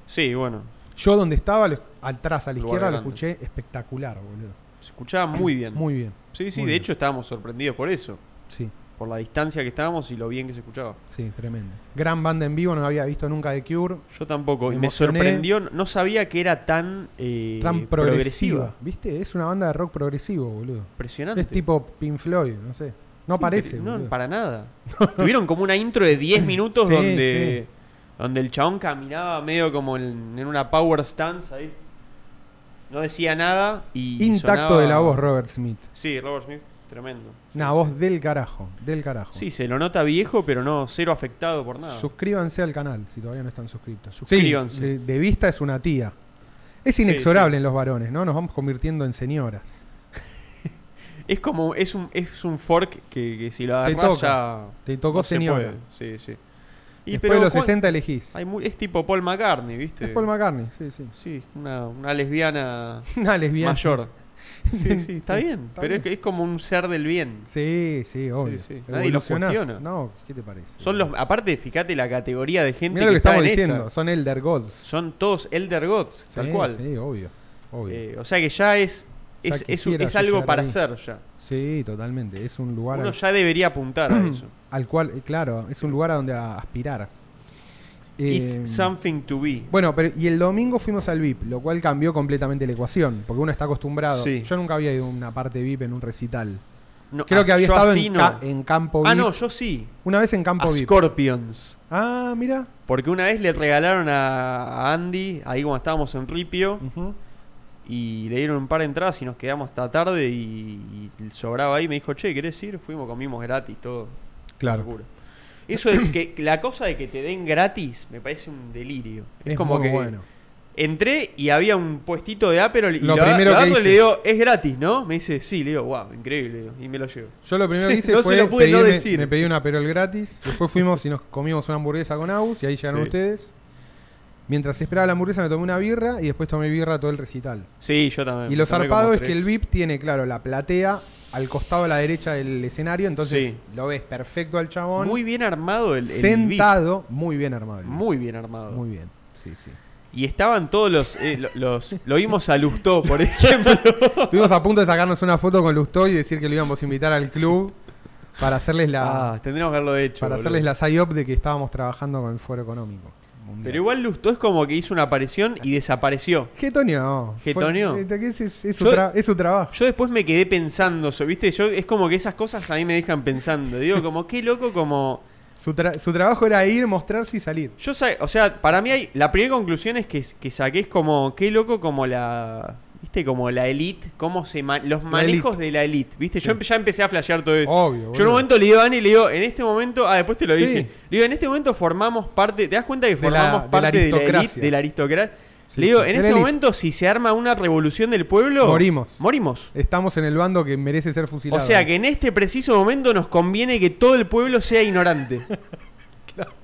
Sí, bueno,
Yo donde estaba, lo- atrás, a la
Lugar
izquierda, lo
grande.
escuché espectacular, boludo.
se escuchaba muy bien.
Muy bien,
sí, sí,
muy
de
bien.
hecho estábamos sorprendidos por eso,
sí,
por la distancia que estábamos y lo bien que se escuchaba.
sí, tremendo. Gran banda en vivo, no había visto nunca de Cure.
Yo tampoco,
Me
y me
emocioné.
sorprendió, no sabía que era tan, eh,
Tan progresiva, ¿viste? Es una banda de rock progresivo, boludo.
Impresionante.
Es tipo Pink Floyd, no sé. No
Sí,
parece,
incre- No,
boludo.
para nada. Tuvieron como una intro de 10 minutos
Sí,
donde, donde el chabón caminaba medio como en, en una power stance ahí. No decía nada y.
Intacto
sonaba-
de la voz, Robert Smith.
Sí, Robert Smith, tremendo. Sí,
Una
sí.
voz del carajo, del carajo.
Sí, se lo nota viejo, pero no, cero afectado por nada.
Suscríbanse al canal si todavía no están suscritos.
Suscríbanse.
Sí, de, de vista es una tía. Es inexorable en los varones, ¿no? Nos vamos convirtiendo en señoras.
Es como, es un, es un fork que, que si lo agarras
toca.
ya.
Te tocó
se
señora.
puede. Sí, sí. Y
Después de los
¿cuál-
60 elegís.
hay mu- es tipo Paul McCartney, ¿viste?
Es Paul McCartney, sí, sí.
Sí, una, una lesbiana
Una lesbiana.
mayor. Sí, sí, está
Sí,
bien.
está
pero Es, que es como un ser del bien.
Sí, sí, obvio.
sí. Nadie lo
Evolucionás.
cuestiona.
No, ¿qué te parece?
Son los, aparte, fíjate la categoría de gente
Mira lo que
que, está
estamos
en
diciendo,
esa.
son Elder Gods.
Son todos Elder Gods, tal
Sí,
cual.
Sí, obvio. obvio.
Eh, o sea que ya es,
Ya
es, es-
quisiera
es
yo
algo
llegar
para
ahí.
hacer ya.
Sí, totalmente. Es un lugar
Uno
al,
ya debería apuntar a eso.
al cual, eh, claro, es un lugar a donde a- aspirar. Eh,
It's something to be.
Bueno, pero y el domingo fuimos al VIP, lo cual cambió completamente la ecuación, porque uno está acostumbrado.
Sí.
Yo nunca había ido a una parte VIP en un recital.
No,
Creo
ah,
que había
yo
estado
así
en,
no.
ca- en campo VIP.
Ah, no, yo sí.
Una vez en campo
A
VIP.
Scorpions.
Ah, mira.
Porque una vez le regalaron a a Andy, ahí cuando estábamos en Ripio,
Mm.
y le dieron un par de entradas y nos quedamos hasta tarde y, y sobraba ahí. Me dijo, che, ¿querés ir? Fuimos, comimos gratis, todo.
Claro.
Locura. Eso de que la cosa de que te den gratis me parece un delirio. Es,
Es
como
muy
que
bueno.
entré y había un puestito de Aperol y
Lo
lo, aga-
primero
lo
que
agarro y le
dices.
digo, es gratis, ¿no? Me dice, sí, le digo, wow, increíble, le digo, y me lo llevo.
Yo lo primero
Sí,
que hice
no se
fue
lo pude no
pedirme-
decir.
me pedí una perol gratis, después fuimos y nos comimos una hamburguesa con Agus y ahí llegaron
Sí.
ustedes. Mientras esperaba la hamburguesa me tomé una birra y después tomé birra todo el recital.
Sí, yo también.
y lo
tomé Ah, como
zarpado es
tres.
que el VIP tiene, claro, la platea al costado a la derecha del escenario, entonces
Sí.
lo ves perfecto al chabón.
Muy bien armado el, el
sentado, muy bien armado. el
beat.
VIP.
Muy bien armado.
Muy bien. Sí, sí.
Y estaban todos los... eh, lo- los lo vimos a Lustó, por ejemplo.
Estuvimos a punto de sacarnos una foto con Lustó y decir que lo íbamos a invitar al club para hacerles la
Ah, tendríamos que haberlo hecho.
para
boludo.
hacerles la side-up de que estábamos trabajando con el Foro Económico. Mundial.
Pero igual Lustó es como que hizo una aparición y desapareció.
Getonio.
Getonio.
Fue- eh, Es, es- es su
Yo-
tra- es su trabajo.
Yo después me quedé pensando, so- ¿viste? Yo, es como que esas cosas a mí me dejan pensando. Digo, como qué loco, como...
Su, tra- su trabajo era ir, mostrarse y salir.
Yo sa- o sea, para mí hay, la primera conclusión es que, s- que saqué es como, qué loco como la, viste, como la elite, cómo se ma- los manejos de la elite, viste,
Sí.
yo empe- ya empecé a flashear todo esto.
Obvio,
yo en
boludo.
un momento le digo a Ani, le digo, en este momento, ah, después te lo
Sí.
dije, le digo, en este momento formamos parte, ¿te das cuenta que
De la-
formamos
de la
parte de la, elite,
aristocracia.
de la aristocracia?
Sí,
le digo,
sí,
en
de la
este
elite.
momento si se arma una revolución del pueblo,
Morimos.
Morimos.
Estamos en el bando que merece ser
O
fusilado.
sea que en este preciso momento nos conviene que todo el pueblo sea ignorante.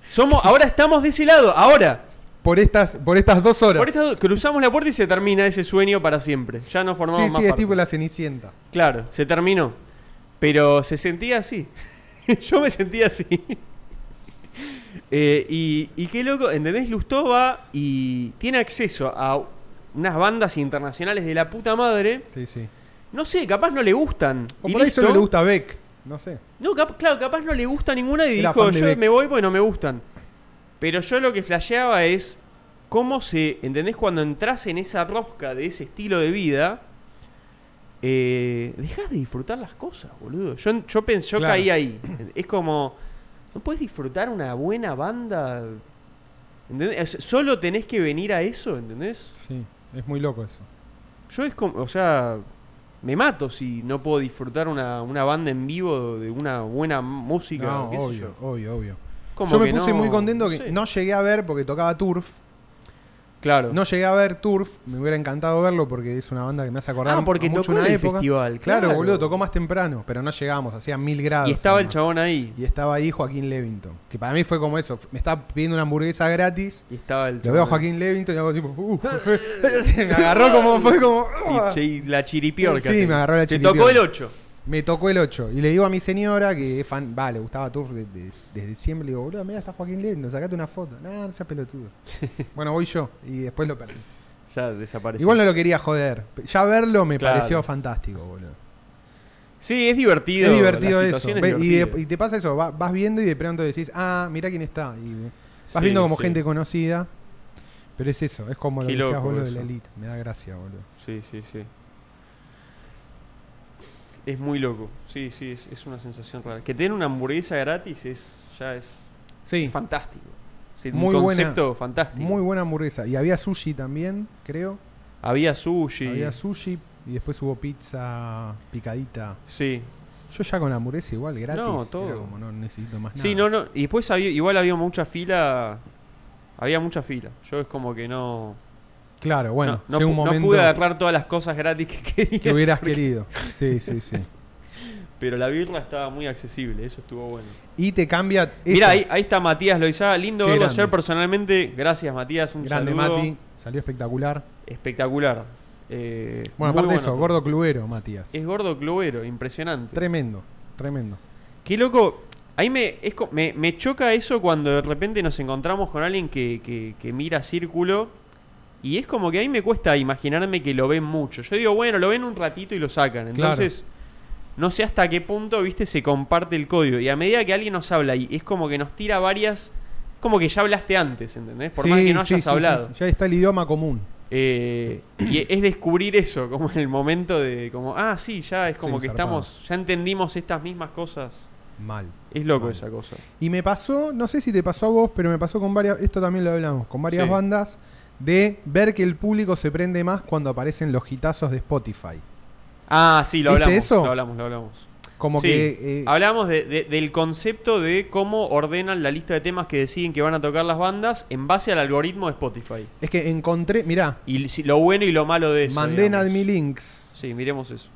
Somos, ahora estamos de ese lado, ahora.
Por estas, por estas dos horas.
Por eso cruzamos la puerta y se termina ese sueño para siempre. Ya no formamos
sí,
más
sí, es
parte.
tipo la cenicienta.
Claro, se terminó. Pero se sentía así. Yo me sentía así. Eh, y, y qué loco, ¿entendés? Lustó va y tiene acceso a unas bandas internacionales de la puta madre.
Sí, sí.
No sé, capaz no le gustan.
O
Y
por ahí
listo.
solo le gusta a Beck. No sé.
No, cap- claro, capaz no le gusta ninguna y
Era
dijo,
fan de
yo
Beck".
me voy porque no me gustan. Pero yo lo que flasheaba es cómo se, ¿entendés? Cuando entras en esa rosca de ese estilo de vida, eh, dejas de disfrutar las cosas, boludo. Yo, yo, pens- yo
Claro.
caí ahí. Es como, no puedes disfrutar una buena banda. ¿Entendés? Es- Solo tenés que venir a eso, ¿entendés?
Sí, es muy loco eso.
Yo es como, o sea, me mato si no puedo disfrutar una, una banda en vivo de una buena música,
No,
qué sé
obvio,
yo.
obvio, obvio.
Como
Yo me
que
puse
no-
muy contento
no
que
sé.
no llegué a ver porque tocaba Turf.
Claro.
No llegué a ver Turf, me hubiera encantado verlo porque es una banda que me hace acordar
Ah, porque
a mucho
tocó
una
en el
época.
festival,
Claro,
claro.
boludo, tocó más temprano, pero no llegamos, hacían mil grados.
y estaba el
además.
chabón ahí.
Y estaba ahí Joaquín Levington, que para mí fue como eso, f- me estaba pidiendo una hamburguesa gratis.
Y estaba el
Lo veo a
chabón ahí.
Joaquín Levington y hago tipo, uh, me agarró como, fue como, "Ah".
Y, che, y la chiripiorca.
Sí,
te-
me agarró la
Te tocó
chiripiorca.
el 8.
me tocó el 8. Y le digo a mi señora, que es fan, va, le gustaba Turf de- de- desde siempre, le digo, boludo, mira, está Joaquín Levington, sacate una foto. Nah, no seas pelotudo. bueno, voy yo, y después lo perdí.
Ya desapareció.
Igual no lo quería joder. Ya verlo me
Claro.
pareció fantástico, boludo.
Sí, es divertido.
es divertido
la
eso.
situación es
Ve- y, de-
divertida.
y te pasa eso, va- vas viendo y de pronto decís, ah, mirá quién está. Y vas
Sí,
viendo como
sí.
gente conocida. Pero es eso, es como lo
Qué
que decías,
loco
boludo, de
eso.
la elite. Me da gracia, boludo.
Sí, sí, sí. Es muy loco. Sí, sí, es, es una sensación rara. Que tener una hamburguesa gratis es ya es
Sí,
fantástico. Es un
Muy buena-
concepto fantástico.
muy buena hamburguesa. Y había sushi también, creo.
Había sushi.
Había sushi y después hubo pizza picadita.
Sí.
Yo ya con la hamburguesa igual, gratis.
No,
era
todo.
como no necesito más
Sí, no,
nada.
no. Y después había, igual había mucha fila. Había mucha fila. Yo es como que no.
Claro, bueno,
no, no
llega un
pu- no
momento
pude agarrar todas las cosas gratis que quería.
que hubieras querido. Sí, sí, sí.
Pero la birra estaba muy accesible, eso estuvo bueno.
Y te cambia. eso.
Mira, ahí, ahí está Matías Loizaga, lindo
Qué
verlo
grande.
ayer personalmente. Gracias Matías, un
Grande
saludo.
Mati, salió espectacular.
Espectacular. Eh,
Bueno,
muy
aparte de eso,
todo.
gordo clubero, Matías.
Es gordo clovero, impresionante.
Tremendo, tremendo.
Qué loco. Ahí me, es co- me, me choca eso cuando de repente nos encontramos con alguien que, que- que mira círculo. Y es como que ahí me cuesta imaginarme que lo ven mucho. Yo digo, bueno, lo ven un ratito y lo sacan. Entonces, no sé hasta qué punto, viste, se comparte el código. Y a medida que alguien nos habla, y es como que nos tira varias. Es como que ya hablaste antes, ¿entendés? Por más
Sí,
que no
sí,
hayas
sí,
hablado.
sí, sí. ya está el idioma común.
Eh, y es descubrir eso, como en el momento de, como, ah, sí, ya es como que
Sí, zarpado.
estamos, ya entendimos estas mismas cosas.
Mal.
Es loco
Mal.
esa cosa.
Y me pasó, no sé si te pasó a vos, pero me pasó con varias, esto también lo hablamos, con varias
Sí.
bandas, de ver que el público se prende más cuando aparecen los hitazos de Spotify.
Ah, sí, lo
¿Viste
hablamos.
eso?
Lo hablamos, lo hablamos.
Como
Sí,
que... eh,
hablamos de- de- del concepto de cómo ordenan la lista de temas que deciden que van a tocar las bandas en base al algoritmo de Spotify.
es que encontré, mirá,
Y si- lo bueno y lo malo de eso.
mandé en
digamos.
Admi Links.
Sí, miremos eso.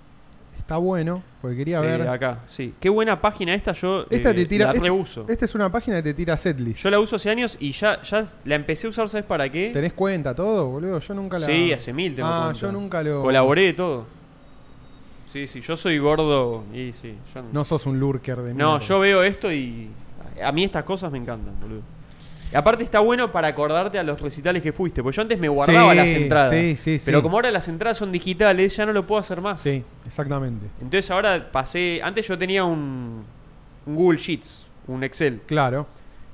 Está bueno, porque quería ver...
Eh, acá, sí. Qué buena página esta, yo
esta
eh,
te tira...
la
este-
reuso.
Esta es una página que te tira setlist.
Yo la uso hace años y ya, ya la empecé a usar, ¿sabes para qué?
¿Tenés cuenta todo, boludo? Yo nunca la...
Sí, hace mil tengo
Ah,
cuenta.
yo nunca lo...
Colaboré de todo. Sí, sí, yo soy gordo y sí. yo no-
No sos un lurker de
no,
mierda.
yo veo esto y a mí estas cosas me encantan, boludo. Y aparte está bueno para acordarte a los recitales que fuiste, porque yo antes me guardaba
Sí,
las entradas.
sí, sí, sí.
Pero como ahora las entradas son digitales, ya no lo puedo hacer más.
Sí, exactamente.
Entonces ahora pasé, antes yo tenía un, un Google Sheets, un Excel,
Claro.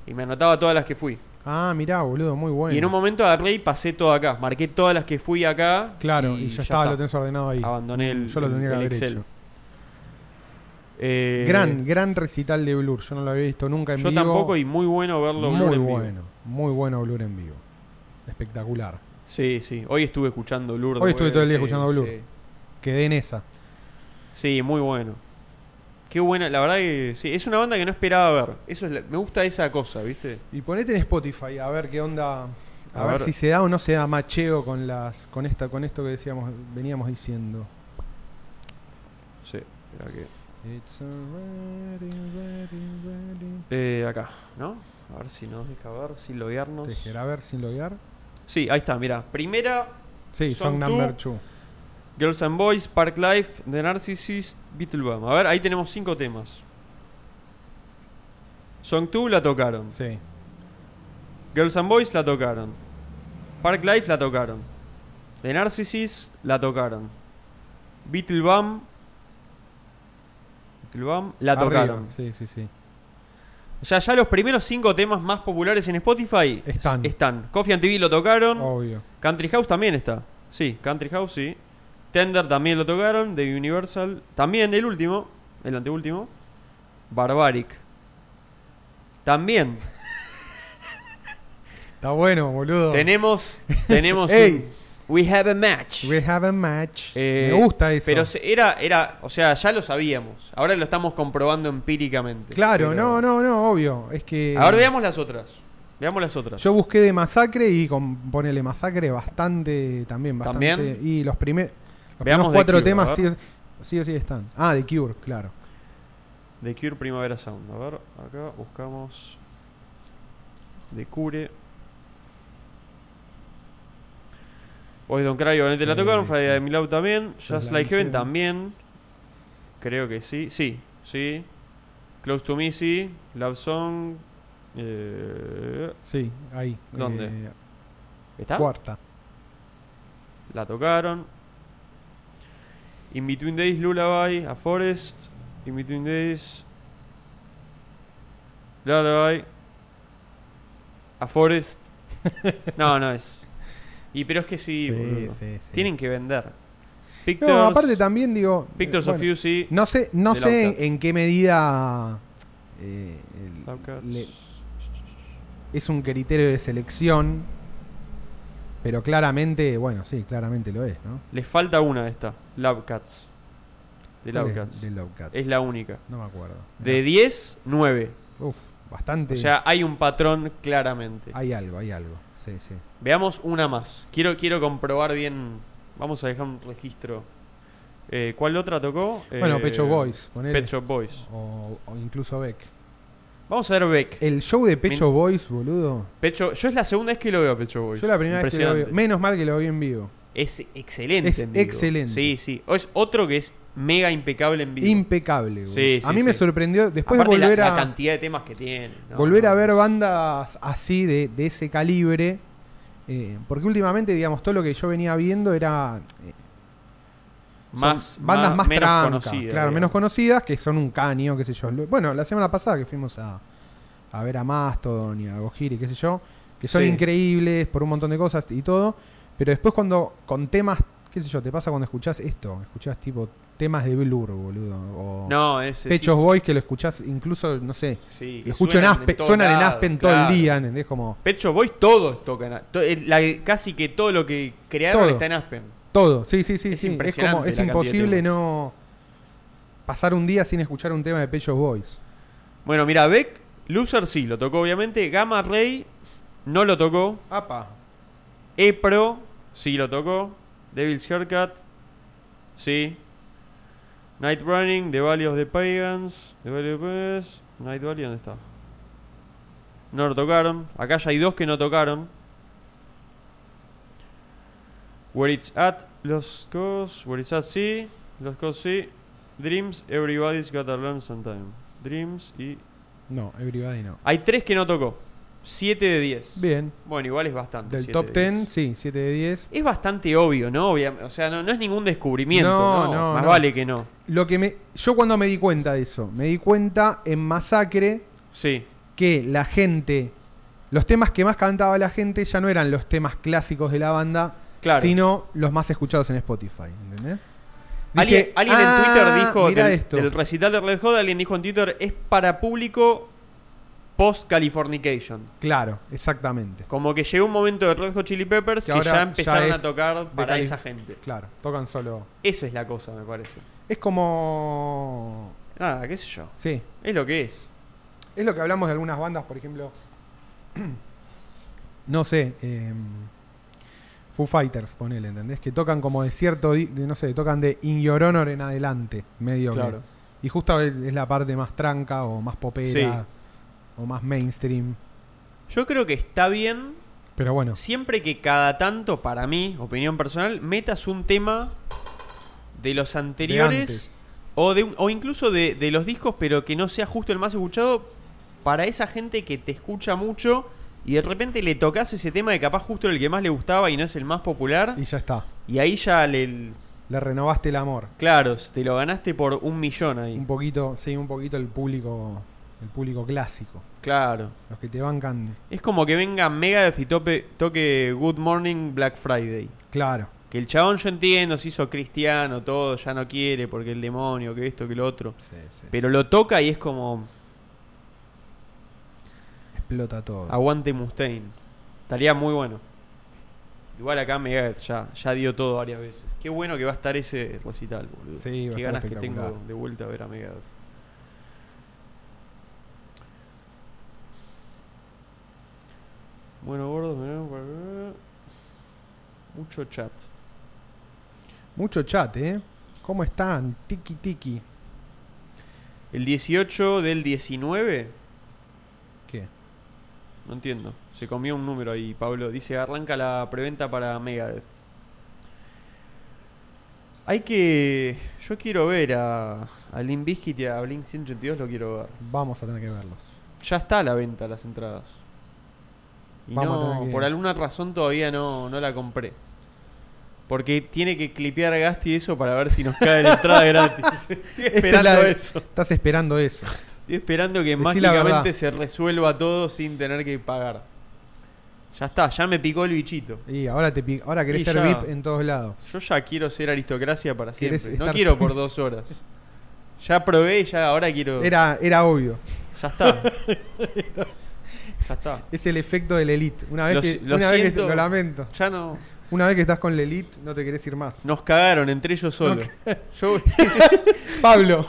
y me anotaba todas las que fui.
Ah, mirá, boludo, muy bueno.
Y en un momento agarré y pasé todo acá, marqué todas las que fui acá.
Claro, y, ya, estaba,
está.
lo tenés ordenado ahí.
Abandoné el,
Yo lo
el-
tendría que
el
haber
Excel.
hecho.
Eh,
gran, gran recital de Blur. Yo no lo había visto nunca en
Yo
vivo.
tampoco y muy bueno verlo.
Muy
Blur en vivo.
bueno, muy bueno Blur en vivo. Espectacular.
Sí, sí. Hoy estuve escuchando Blur.
Hoy estuve
después,
todo el día
sí,
escuchando Blur.
Sí.
Quedé en esa.
Sí, muy bueno. Qué buena, la verdad que sí, es una banda que no esperaba ver. Eso es la- me gusta esa cosa, ¿viste?
Y ponete en Spotify a ver qué onda. A,
A
ver,
ver.
si se da o no se da macheo con las con esta con esto que decíamos veníamos diciendo.
Sí, espera que-
It's a very, very, very-
Eh, acá, ¿no? A ver si nos deja ver, sin loguearnos.
Tejer, a ver sin loguear.
Sí, ahí está, mira. Primera,
Sí,
Song
Song Number 2.
Girls and Boys, Park Life, The Narcissist, Beetlebum. A ver, ahí tenemos cinco temas. Song 2 la tocaron.
Sí.
Girls and Boys la tocaron. Park Life la tocaron. The Narcissist la tocaron. Beetlebum. Beetlebum la
Arriba,
tocaron.
Sí, sí, sí.
O sea, ya los primeros cinco temas más populares en Spotify
Están. Oh.
s- están. Coffee and TV lo tocaron.
Obvio.
Country House también está. Sí, Country House sí. Tender también lo tocaron. The Universal. También el último. El anteúltimo. Barbaric. También.
Está bueno, boludo.
Tenemos. Tenemos.
Ey.
un- we have a match.
We have a match.
Eh,
Me gusta eso.
Pero se- era, era, o sea, ya lo sabíamos. Ahora lo estamos comprobando empíricamente.
claro,
Pero-
no, eh. no, no, obvio. Es que.
Ahora veamos las otras. Veamos las otras.
Yo busqué de masacre y con ponele masacre bastante también. Bastante,
¿También?
Y los, primer, los
Veamos
primeros
The
cuatro
Cure,
temas
a
sí,
ver.
o- sí o sí están. Ah, de Cure, claro.
The Cure Primavera Sound. A ver, acá buscamos. The Cure. Hoy Don Cry, obviamente
Sí,
la tocaron.
sí.
Friday de Milau también. Just
Like
Like Heaven
Heaven.
también. Creo que sí. Sí, sí. Close to Me, sí. Love Song. eh,
Sí, ahí.
¿Dónde?
eh,
¿Está?
Cuarta.
La tocaron. In Between Days, Lullaby, A Forest. In Between Days. Lullaby. A Forest. No, no es. Y pero es que sí,
Sí,
boludo.
sí, sí.
Tienen que vender.
No,
Pictures,
aparte también digo. eh,
Pictures of
bueno,
You, sí.
No sé, no
The
sé en,
Loudcats.
qué medida. eh, el-
Loudcats.
le- es un criterio de selección. Pero claramente, bueno, sí, claramente lo es, ¿no?
Les falta una de esta. Love Cats. De
¿Cuál
Love
es?
Cats.
De Loudcats.
Es la única.
No me acuerdo.
De 10, 9.
Uf, bastante.
O sea, hay un patrón claramente.
hay algo, hay algo. Sí, sí.
Veamos una más. Quiero, quiero comprobar bien. Vamos a dejar un registro. Eh, ¿Cuál otra tocó?
Bueno,
Eh,
Pet Shop Boys, ponele.
Pet Shop Boys.
O, o incluso Beck.
Vamos a ver Beck.
El show de
Min-
Pecho Boys, boludo.
Pecho, yo es la segunda vez que lo veo a Pecho Boys.
Yo la primera vez que lo vi.
Impresionante.
Menos mal que lo vi en vivo.
Es excelente.
Es
en vivo.
excelente.
Sí, sí. O Es otro que es mega impecable en vivo.
Impecable. boludo.
Sí,
a
sí,
mí me
sí.
sorprendió. Después
Aparte, la-
volver
la,
a.
cantidad de temas que tiene. No,
volver
no,
a ver
es-
bandas así de, de ese calibre. eh, porque últimamente, digamos, todo lo que yo venía viendo era eh, son
más
bandas más
menos
tranca,
conocidas,
claro,
digamos.
menos conocidas, que son un caño, qué sé yo. Lo- Bueno, la semana pasada que fuimos a, a ver a Mastodon y a Gojiri, qué sé yo, que son
Sí.
increíbles por un montón de cosas y todo, pero después cuando con temas, qué sé yo, te pasa cuando escuchás esto, escuchás tipo temas de Blur, boludo, o
No, es. es-
Pechos
es-
Boys que lo escuchás incluso, no sé,
Sí, que
lo escucho en
suenan
Aspen,
todos
suenan en
lados,
Aspen todo
claro.
el día, ¿entendés? Como
Pecho Boys todos tocan. a- to- eh, la- casi que todo lo que crearon
Todo.
está en Aspen.
Todo, sí, sí, sí.
Es
sí. Es,
impresionante
como, es
la cantidad de
imposible
temas.
no pasar un día sin escuchar un tema de Pechos Boys.
Bueno, mira, Beck, Loser sí lo tocó, obviamente. Gamma Ray no lo tocó.
Apa.
Epro sí lo tocó. Devil's Haircut, sí. Night Running, The Valley of the Pagans, The Valley of the Pagans. Night Valley, ¿dónde está? No lo tocaron. Acá ya hay dos que no tocaron. Where It's At, Los Cos. Where It's At, sí. Los Cos, sí. Dreams, Everybody's Gotta Learn Sometime. Dreams y...
No, Everybody no.
Hay tres que no tocó. Siete de 10.
Bien.
Bueno, igual es bastante.
Del
siete
top
de
10,
10.
sí, 7 de 10.
Es bastante obvio, ¿no? Obvia- o sea, no, no es ningún descubrimiento.
No,
No,
no,
Más
no.
vale que no.
Lo que me, yo cuando me di cuenta de eso, me di cuenta en Masacre
Sí.
que la gente, los temas que más cantaba la gente ya no eran los temas clásicos de la banda,
Claro.
sino los más escuchados en Spotify, ¿entendés?
alguien
Dije,
alguien
"Ah,
en Twitter dijo
mirá
que el,
esto.
del recital de Red Hot, alguien dijo en Twitter, es para público post-Californication.
Claro, exactamente.
Como que llegó un momento de Red Hot Chili Peppers
Que
que,
ahora
ya
ya
empezaron
es
a tocar
de
para
Cali-
esa gente.
Claro, tocan solo.
Eso es la cosa, me parece.
Es como.
Nada, qué sé yo.
Sí.
Es lo que es.
Es lo que hablamos de algunas bandas, por ejemplo. no sé. em, Foo Fighters, ponele, ¿entendés? Que tocan como de cierto. di- de, no sé, tocan de In Your Honor en adelante, medio que-
Claro.
Y justo es la parte más tranca o más popera.
Sí.
O más mainstream.
Yo creo que está bien
Pero bueno.
Siempre que cada tanto, para mí, opinión personal, metas un tema de los anteriores
antes.
o, de un- o incluso de, de los discos, pero que no sea justo el más escuchado, para esa gente que te escucha mucho y de repente le tocas ese tema de capaz justo era el que más le gustaba y no es el más popular,
Y ya está.
y, ahí ya le...
Le renovaste el amor.
Claro, te lo ganaste por un millón ahí.
Un poquito, sí, un poquito el público. El público clásico.
Claro.
Los que te bancan.
Es como que venga Megadeth y tope- toque Good Morning Black Friday.
Claro.
Que el chabón yo entiendo, se hizo cristiano, todo, ya no quiere porque el demonio, que esto, que lo otro. Pero lo toca y es como,
Explota todo.
aguante Mustaine. Estaría muy bueno. Igual acá Megadeth ya, ya dio todo varias veces. Qué bueno que va a estar ese recital, boludo.
Sí, va a
Qué
estar
ganas que tengo
espectacular.
de vuelta a ver a Megadeth. Bueno, gordos, mirá, para- mucho chat.
Mucho chat, ¿eh? ¿Cómo están? Tiki tiki.
El 18 del 19
¿Qué?
No entiendo. Se comió un número ahí, Pablo. Dice, arranca la preventa para Megadeth. Hay que... Yo quiero ver a, a Limp Bizkit y a Blink 182, lo quiero ver.
Vamos a tener que verlos.
Ya está a la venta las entradas. Y
Vamos a
no,
tener que-
por alguna razón todavía no, no la compré. Porque tiene que clipear a Gasti eso para ver si nos cae la entrada gratis. Estoy
Esa es
esperando
la de-
eso.
Estás esperando eso.
Estoy esperando que
Decí la verdad.
mágicamente se resuelva todo sin tener que pagar. Ya está, ya me picó el bichito.
Y ahora te pi- ahora querés
Y
ser
ya.
VIP en todos lados.
Yo ya quiero ser aristocracia para
Querés
siempre. No
estar
quiero
solo.
por dos horas. Ya probé y ya ahora quiero.
Era, era obvio.
Ya está. ya está.
Es el efecto del elite. Una vez
Lo
que
si- lo
una vez que-
siento.
lo lamento.
Ya no.
Una vez que estás con el elite, no te querés ir más.
Nos cagaron entre ellos solos. Yo
Pablo,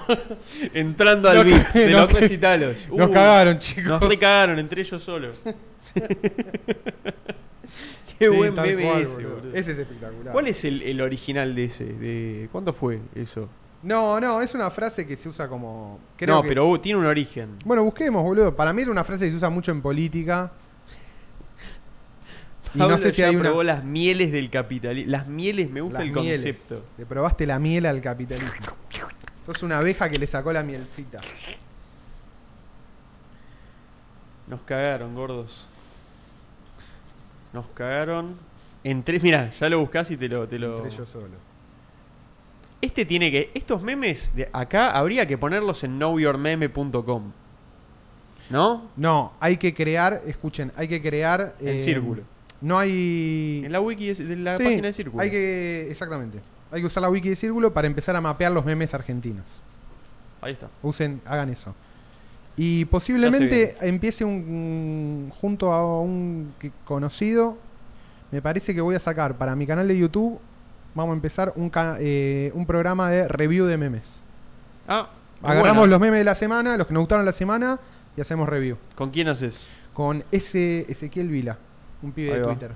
entrando al
Nos
beat
ca-
de
nos
los
ca-
recitales.
nos
Uh,
cagaron, chicos.
Nos recagaron entre ellos solos. Qué
Sí,
buen
tal
meme
cual,
ese,
boludo.
boludo.
Ese es espectacular.
¿Cuál es el, el original de ese? De, ¿Cuánto fue eso?
No, no, es una frase que se usa como. creo
no,
que-
pero uh, tiene un origen.
Bueno, busquemos, boludo. Para mí era una frase que se usa mucho en política. Y no
Pablo
sé si
ya
hay una.
probó las mieles del capitalismo. Las mieles, me gusta
Las
el
mieles.
concepto.
Le probaste la miel al capitalismo. Sos una abeja que le sacó la mielcita.
Nos cagaron, gordos. Nos cagaron. Entre, mira, ya lo buscás y te lo. Te lo...
Entre yo solo.
Este tiene que. Estos memes de acá habría que ponerlos en knowyourmeme.com. ¿No?
No, hay que crear, escuchen, hay que crear.
En círculo.
No hay.
En la wiki es- de la
Eh, Sí,
página de círculo.
Hay que. Exactamente. Hay que usar la wiki de círculo para empezar a mapear los memes argentinos.
Ahí está.
Usen, hagan eso. Y posiblemente
Ya
empiece un. junto a un que- conocido. Me parece que voy a sacar para mi canal de YouTube. Vamos a empezar un, ca- eh, un programa de review de memes.
Ah,
Agarramos
bueno.
los memes de la semana, los que nos gustaron la semana, y hacemos review.
¿Con quién haces?
Con ese Ezequiel Vila, un pibe
Ahí
de
va.
Twitter.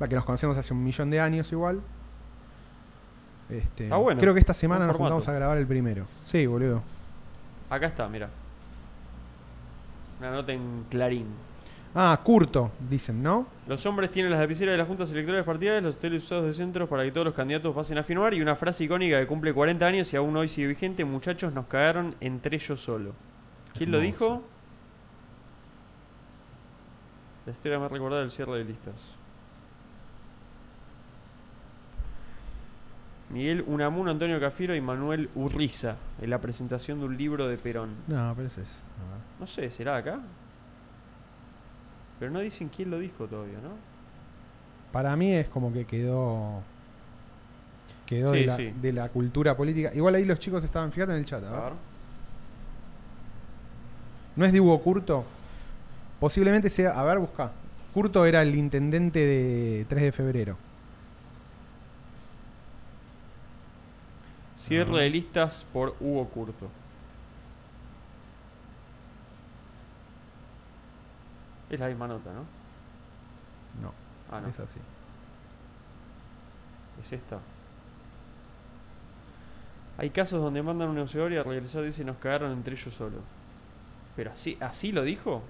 La que nos conocemos hace un millón de años igual. Este,
Está bueno.
Creo que esta
Buen
semana nos
formato.
juntamos a grabar el primero. Sí, boludo.
Acá está, mira. Una nota en clarín.
Ah, Curto, dicen, ¿no?
Los hombres tienen las lapiceras de las juntas electorales partidarias, los teles usados de centros para que todos los candidatos pasen a firmar y una frase icónica que cumple 40 años y aún hoy sigue vigente, muchachos nos cagaron entre ellos solo. ¿Quién lo
Hermoso.
dijo? La historia más recordada del cierre de listas. Miguel Unamuno, Antonio Cafiero y Manuel Urriza, en la presentación de un libro de Perón.
No, pero eso es.
No sé, ¿será acá? Pero no dicen quién lo dijo todavía, ¿no?
Para mí es como que quedó. Quedó
Sí,
de, la,
sí.
de la cultura política. Igual ahí los chicos estaban, fíjate en el chat, a ver.
A ver.
¿No es de Hugo Curto? Posiblemente sea. A ver, busca. Curto era el intendente de 3 de febrero.
Cierre de listas por Hugo Curto. Es la misma nota, ¿no?
No,
Ah, no.
es así.
Es esta. Hay casos donde mandan un negociador y al regresar dice nos cagaron entre ellos solo. ¿Pero así, así lo dijo?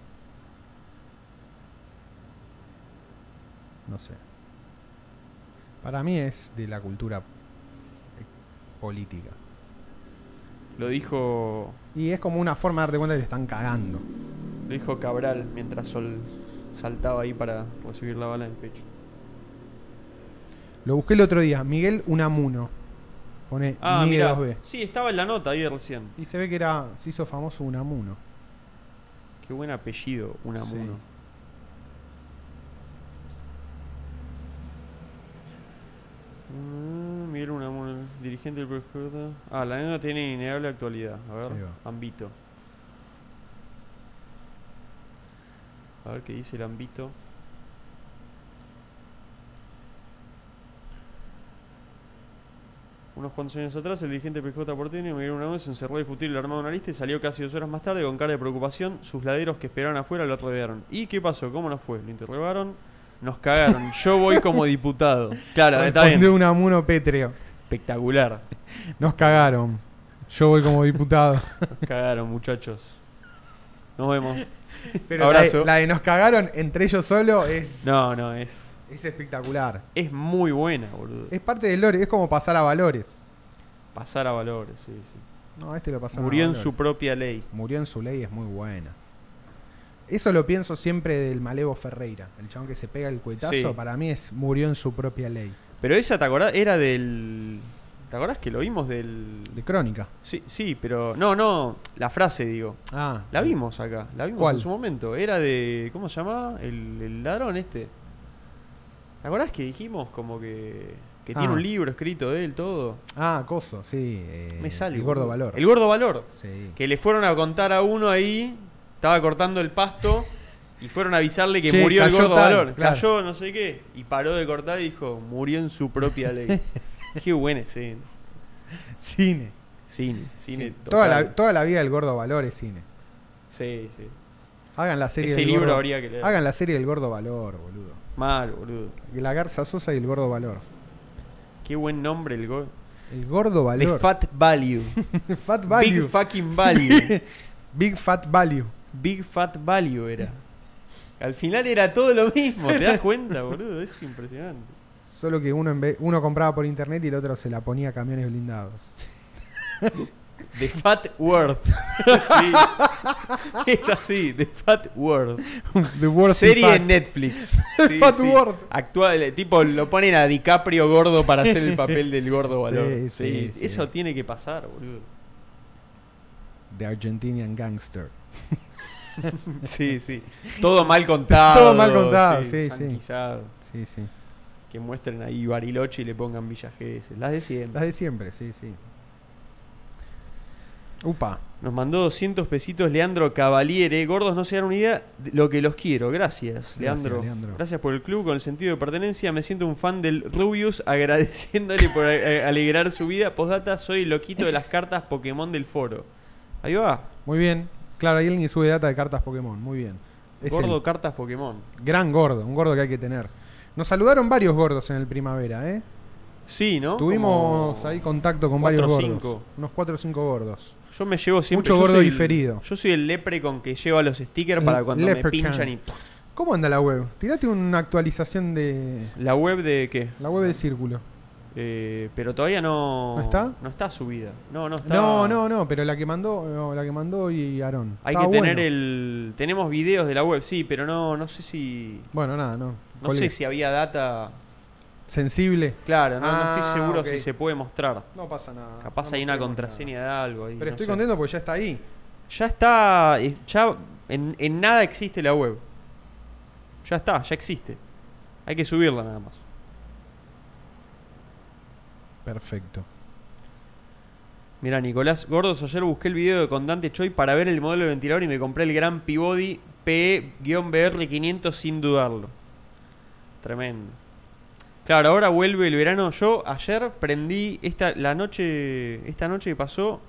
No sé. Para mí es de la cultura eh, política.
Lo dijo.
Y es como una forma de darte cuenta que te están cagando.
Lo dijo Cabral mientras Sol saltaba ahí para recibir la bala en el pecho.
Lo busqué el otro día. Miguel Unamuno. Pone
Ah,
Miguel
mira.
2B.
Sí, estaba en la nota ahí de recién.
Y se ve que era, se hizo famoso Unamuno.
Qué buen apellido, Unamuno.
Sí.
Mm, Miguel Unamuno, dirigente del proyecto. Ah, la anécdota tiene innegable actualidad. A ver,
Ahí va.
Ambito. A ver qué dice el Ambito. Unos cuantos años atrás, el dirigente PJ Porteño, Miguel Unamuno, se encerró a discutir el armado de una lista y salió casi dos horas más tarde con cara de preocupación. Sus laderos que esperaban afuera lo rodearon. ¿Y qué pasó? ¿Cómo no fue? Lo interrogaron. Nos cagaron. Yo voy como diputado. Claro, está
Respondió
bien.
Unamuno Petreo.
Espectacular.
Nos cagaron. Yo voy como diputado.
Nos cagaron, muchachos. Nos vemos.
Pero la
Abrazo.
de, la de nos cagaron entre ellos solo es,
No, no, es.
es espectacular.
Es muy buena, boludo.
Es parte del lore, es como pasar a valores.
Pasar a valores, sí, sí.
No, este lo pasaron
Murió
a
en
valores.
su propia ley.
Murió en su ley es muy buena. Eso lo pienso siempre del Malevo Ferreira. El chabón que se pega el cuetazo,
Sí.
para mí es murió en su propia ley.
Pero esa, ¿te acordás? Era del. ¿Te acordás que lo vimos del.
De crónica.
Sí, sí, pero. No, no, la frase, digo.
Ah.
La vimos acá, la vimos
¿Cuál?
en su momento. Era de. ¿Cómo se llama? El, el ladrón este. ¿Te acordás que dijimos como que. que tiene
Ah.
un libro escrito de él todo?
Ah, coso, sí. eh,
Me sale.
El gordo
boludo.
valor.
El gordo valor.
Sí.
Que le fueron a contar a uno ahí, estaba cortando el pasto y fueron a avisarle que
Che,
murió el
cayó
gordo
tal,
valor.
claro.
Cayó no sé qué y paró de cortar y dijo, murió en su propia ley. qué buena escena.
Cine.
Cine, cine.
Sí. Toda,
total.
la, toda la vida del gordo valor es cine.
Sí, sí.
Hagan la serie
Ese
del
libro
gordo-
habría que leer.
Hagan la serie del gordo valor, boludo.
Mal, boludo.
La Garza Sosa y el Gordo Valor.
Qué buen nombre el gol.
El Gordo
The
Valor.
Fat Value.
fat Value.
Big fucking value.
Big Fat Value.
Big Fat Value era. Al final era todo lo mismo, ¿te das cuenta, boludo? Es impresionante.
Solo que uno, en vez- uno compraba por internet y el otro se la ponía a camiones blindados.
The Fat Worth. Sí. Es así, The Fat Worth.
The World
Serie
Fat.
en Netflix.
The Fat Worth.
Actual, eh, tipo, lo ponen a DiCaprio gordo para hacer el papel del gordo valor. Sí,
Sí, sí, sí.
Eso tiene que pasar, boludo.
The Argentinian Gangster.
Sí, sí. Todo mal contado.
Todo mal contado, sí, sí.
sanguillado.
Sí, sí.
Que muestren ahí Bariloche y le pongan Villa Gesell. Las de siempre.
Las de siempre, sí, sí. Upa.
Nos mandó 200 pesitos Leandro Cavaliere. Gordos, no se dan una idea de lo que los quiero. Gracias, Leandro.
Leandro.
Gracias por el club, con el sentido de pertenencia. Me siento un fan del Rubius, agradeciéndole por eh, alegrar su vida. Postdata, soy el loquito de las cartas Pokémon del foro. Ahí va.
Muy bien. Claro, ahí alguien sube data de cartas Pokémon. Muy bien. Es
Gordo cartas Pokémon.
el gran gordo, un gordo que hay que tener. Nos saludaron varios gordos en el primavera, ¿eh?
Sí, ¿no?
Tuvimos
Como-
ahí contacto con
cuatro
varios
o
gordos.
cinco.
Unos 4 o 5 gordos.
Yo me llevo siempre.
Mucho
yo
gordo
soy el-
diferido.
Yo soy el lepre con que lleva los stickers
El
para cuando me
leprechaun.
pinchan y.
¿Cómo anda la web? Tirate una actualización de
La web de qué?
la web del círculo.
Eh, pero todavía no.
¿No está?
No está subida. No, no está.
No, no, no, pero la que mandó, no, la que mandó y Aarón.
Hay
Estaba
que tener
bueno.
el. Tenemos videos de la web, sí, pero no, no sé si.
Bueno, nada, no.
No
Colgué.
sé si había data.
sensible.
Claro, no, no
Ah,
estoy seguro
ok.
si se puede mostrar.
No pasa nada.
Capaz
no
hay una
perdemos
contraseña
nada.
de algo ahí.
Pero
no
estoy
sé.
contento porque ya está ahí.
Ya está. eh, Ya en, en nada existe la web. Ya está, ya existe. Hay que subirla nada más.
Perfecto.
Mira, Nicolás Gordos, ayer busqué el video de con Dante Choi para ver el modelo de ventilador y me compré el gran Peabody PE-BR500 sin dudarlo. Tremendo. Claro, ahora vuelve el verano. Yo ayer prendí esta la noche esta noche que pasó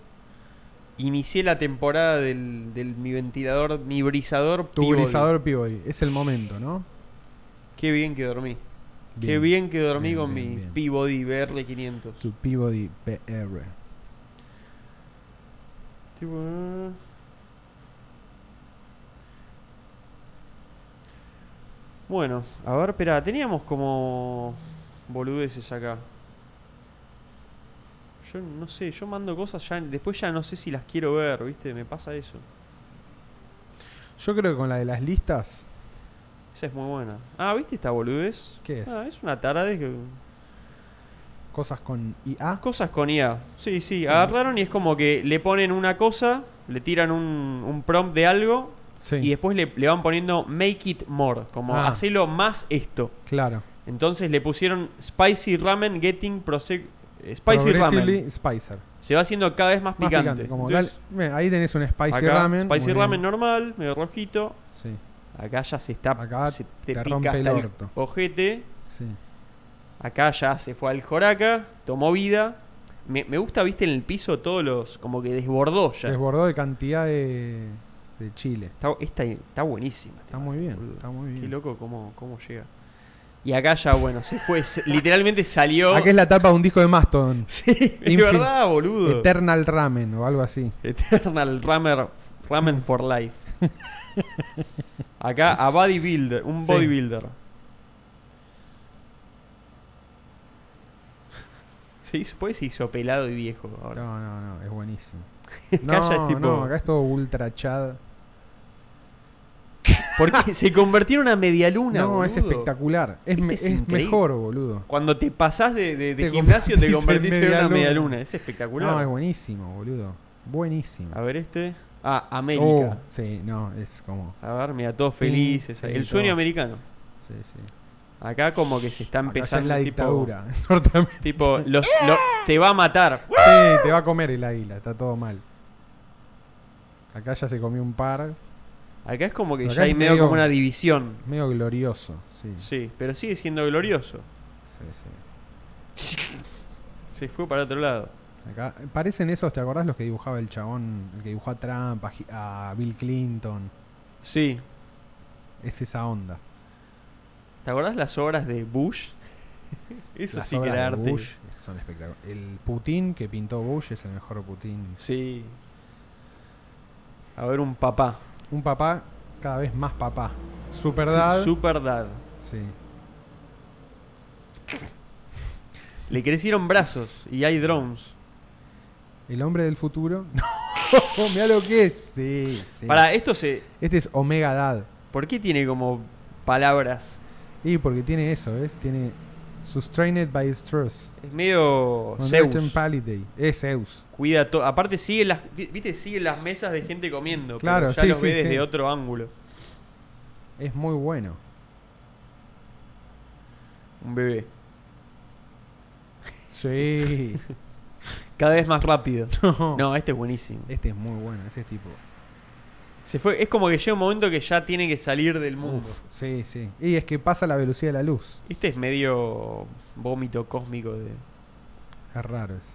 inicié la temporada del, del mi ventilador, mi brisador
Tu
Peabody.
brisador Peabody. Es el momento, ¿no?
Qué bien que dormí. Qué
Bien,
bien que dormí
bien,
con
bien,
mi
bien.
Peabody BR500.
Tu Peabody PR.
Tipo, eh. Bueno, a ver, espera, teníamos como boludeces acá. Yo no sé, yo mando cosas ya, después ya no sé si las quiero ver, ¿viste? Me pasa eso.
Yo creo que con la de las listas.
Esa es muy buena. Ah, ¿viste esta boludez?
¿Qué es?
Ah, es una tarde que...
Cosas con IA.
Cosas con IA. Sí, sí, agarraron y es como que le ponen una cosa, le tiran un, un prompt de algo
Sí.
Y después le, le van poniendo make it more, como
Ah.
hacelo más esto.
Claro.
Entonces le pusieron spicy ramen getting prosec eh, spicy
Progressively
ramen.
Spicer.
Se va haciendo cada vez más
Más
picante.
como
Entonces,
dale- Bien, ahí tenés un spicy
acá,
ramen.
spicy
muy bien.
ramen normal, medio rojito.
Sí,
Acá ya se está
Acá
se
te rompe el
hasta
orto.
ojete.
sí.
Acá ya se fue al Joraca, tomó vida. Me, me gusta, viste, en el piso todos los como que desbordó ya.
Desbordó de cantidad de, de chile.
Está, esta- está buenísima.
Está muy bien, está muy bien.
Qué loco cómo, cómo llega. Y acá ya, bueno, se fue. se- literalmente salió.
Acá es la tapa de un disco de Mastodon.
Sí, es
Infin-
verdad, boludo.
Eternal Ramen o algo así.
Eternal Ramer,
Mm.
Ramen for Life. acá a Bodybuilder, un
Sí.
bodybuilder. Se hizo, pues se hizo pelado y viejo ahora.
No, no, no, es buenísimo.
Acá
No,
ya es tipo-
no, acá es todo ultra chad.
Porque se convirtió en una medialuna.
no, es
boludo. Este
espectacular. Es, me-
es
es
increíble.
mejor, boludo.
Cuando te pasás de, de- de
Te
gimnasio te
convertís
convertís
en
en, una
medialuna.
medialuna. Es espectacular.
No, es buenísimo, boludo. Buenísimo.
A ver este. Ah,
Oh,
América.
sí, no, es como.
A ver, mira, todos
Sí,
felices.
sí,
el sueño
todo.
americano.
Sí, sí.
Acá como que se está
Acá ya
empezando
es la
tipo-
dictadura. norteamericana.
Tipo, los, lo- te va a matar.
Sí, te va a comer el águila, está todo mal. Acá ya se comió un par.
Acá es como que
Acá
ya
es
hay medio,
medio-
como una división.
Medio glorioso, sí. Sí,
Sí, pero sigue siendo glorioso.
sí.
Se fue para otro lado.
Acá parecen esos, ¿te acordás los que dibujaba el chabón? El que dibujó a Trump, a Hi- a Bill Clinton.
Sí.
Es esa onda.
¿Te acordás las obras de Bush? Eso
Las
sí que
obras
era
de
arte.
Bush son espectaculares. El Putin que pintó Bush es el mejor Putin.
Sí. A ver, un papá.
Un papá cada vez más papá. Superdad.
Super dad.
sí.
Le crecieron brazos y hay drones.
El hombre del futuro. No, mira lo que es. Sí, sí.
Para, esto se.
Este es Omega Dad.
¿Por qué tiene como palabras?
Y porque tiene eso, ¿ves? Tiene Sustrained by Strauss.
Es medio.
Northern
Oh, Zeus.
Paliday. Es Zeus.
Cuida todo. Aparte, sigue las. vi- ¿Viste? Sigue las mesas de gente comiendo.
Claro,
pero ya
sí,
los
sí,
ve
sí.
desde otro ángulo.
Es muy bueno.
Un bebé.
Sí.
Cada vez más rápido.
no.
No, este es buenísimo.
Este es muy bueno, ese tipo.
Se fue. Es como que llega un momento que ya tiene que salir del mundo.
Uf, sí, sí. Y es que pasa la velocidad de la luz.
Este es medio vómito cósmico de.
Es raro eso.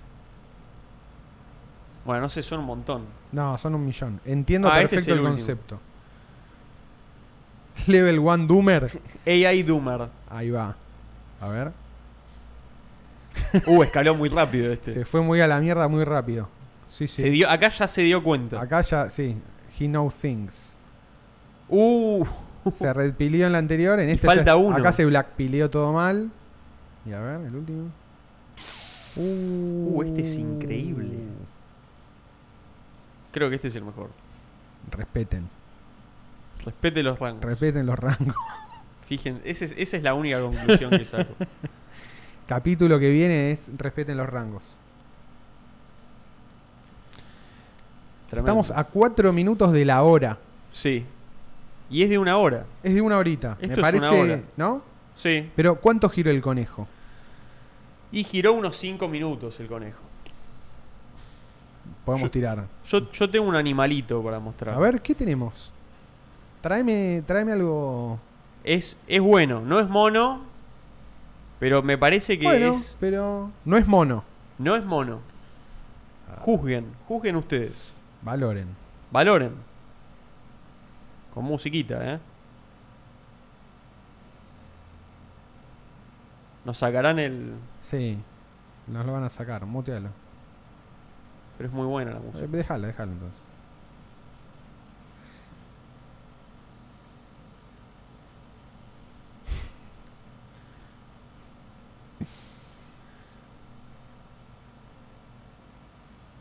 Bueno, no sé, son un montón.
No, son un millón. Entiendo
Ah, este
perfecto
es
el,
el último.
concepto. Level 1 Doomer.
AI Doomer.
Ahí va. A ver.
Uh, escaló muy rápido este.
Se fue muy a la mierda muy rápido. Sí, sí.
Se dio, acá ya se dio cuenta.
Acá ya, sí. He knows things.
Uh,
Se redpilió en la anterior. En este
falta
ya-
uno.
Acá se blackpilió todo mal. Y a ver, el último. Uh,
Uh, este es increíble. Mm. creo que este es el mejor.
Respeten.
Respete los rangos.
Respeten los rangos.
Fíjense, ese es- esa es la única conclusión que saco.
Capítulo que viene es respeten los rangos.
Tremendo.
Estamos a 4 minutos de la hora.
Sí. Y es de una hora.
Es de una horita.
Esto
me
es
parece,
una hora.
¿no?
Sí.
Pero ¿cuánto giró el conejo?
Y giró unos 5 minutos el conejo.
Podemos
Yo-
tirar.
Yo, yo tengo un animalito para mostrar.
A ver, ¿qué tenemos? Tráeme, tráeme algo
Es, es bueno, no es mono, pero me parece que
bueno,
es.
pero no es mono.
No es mono. Juzguen, juzguen ustedes.
Valoren.
Valoren. Con musiquita, ¿eh? Nos sacarán el.
Sí. Nos lo van a sacar, mutealo.
Pero es muy buena la
Eh,
música.
Déjalo, déjalo entonces.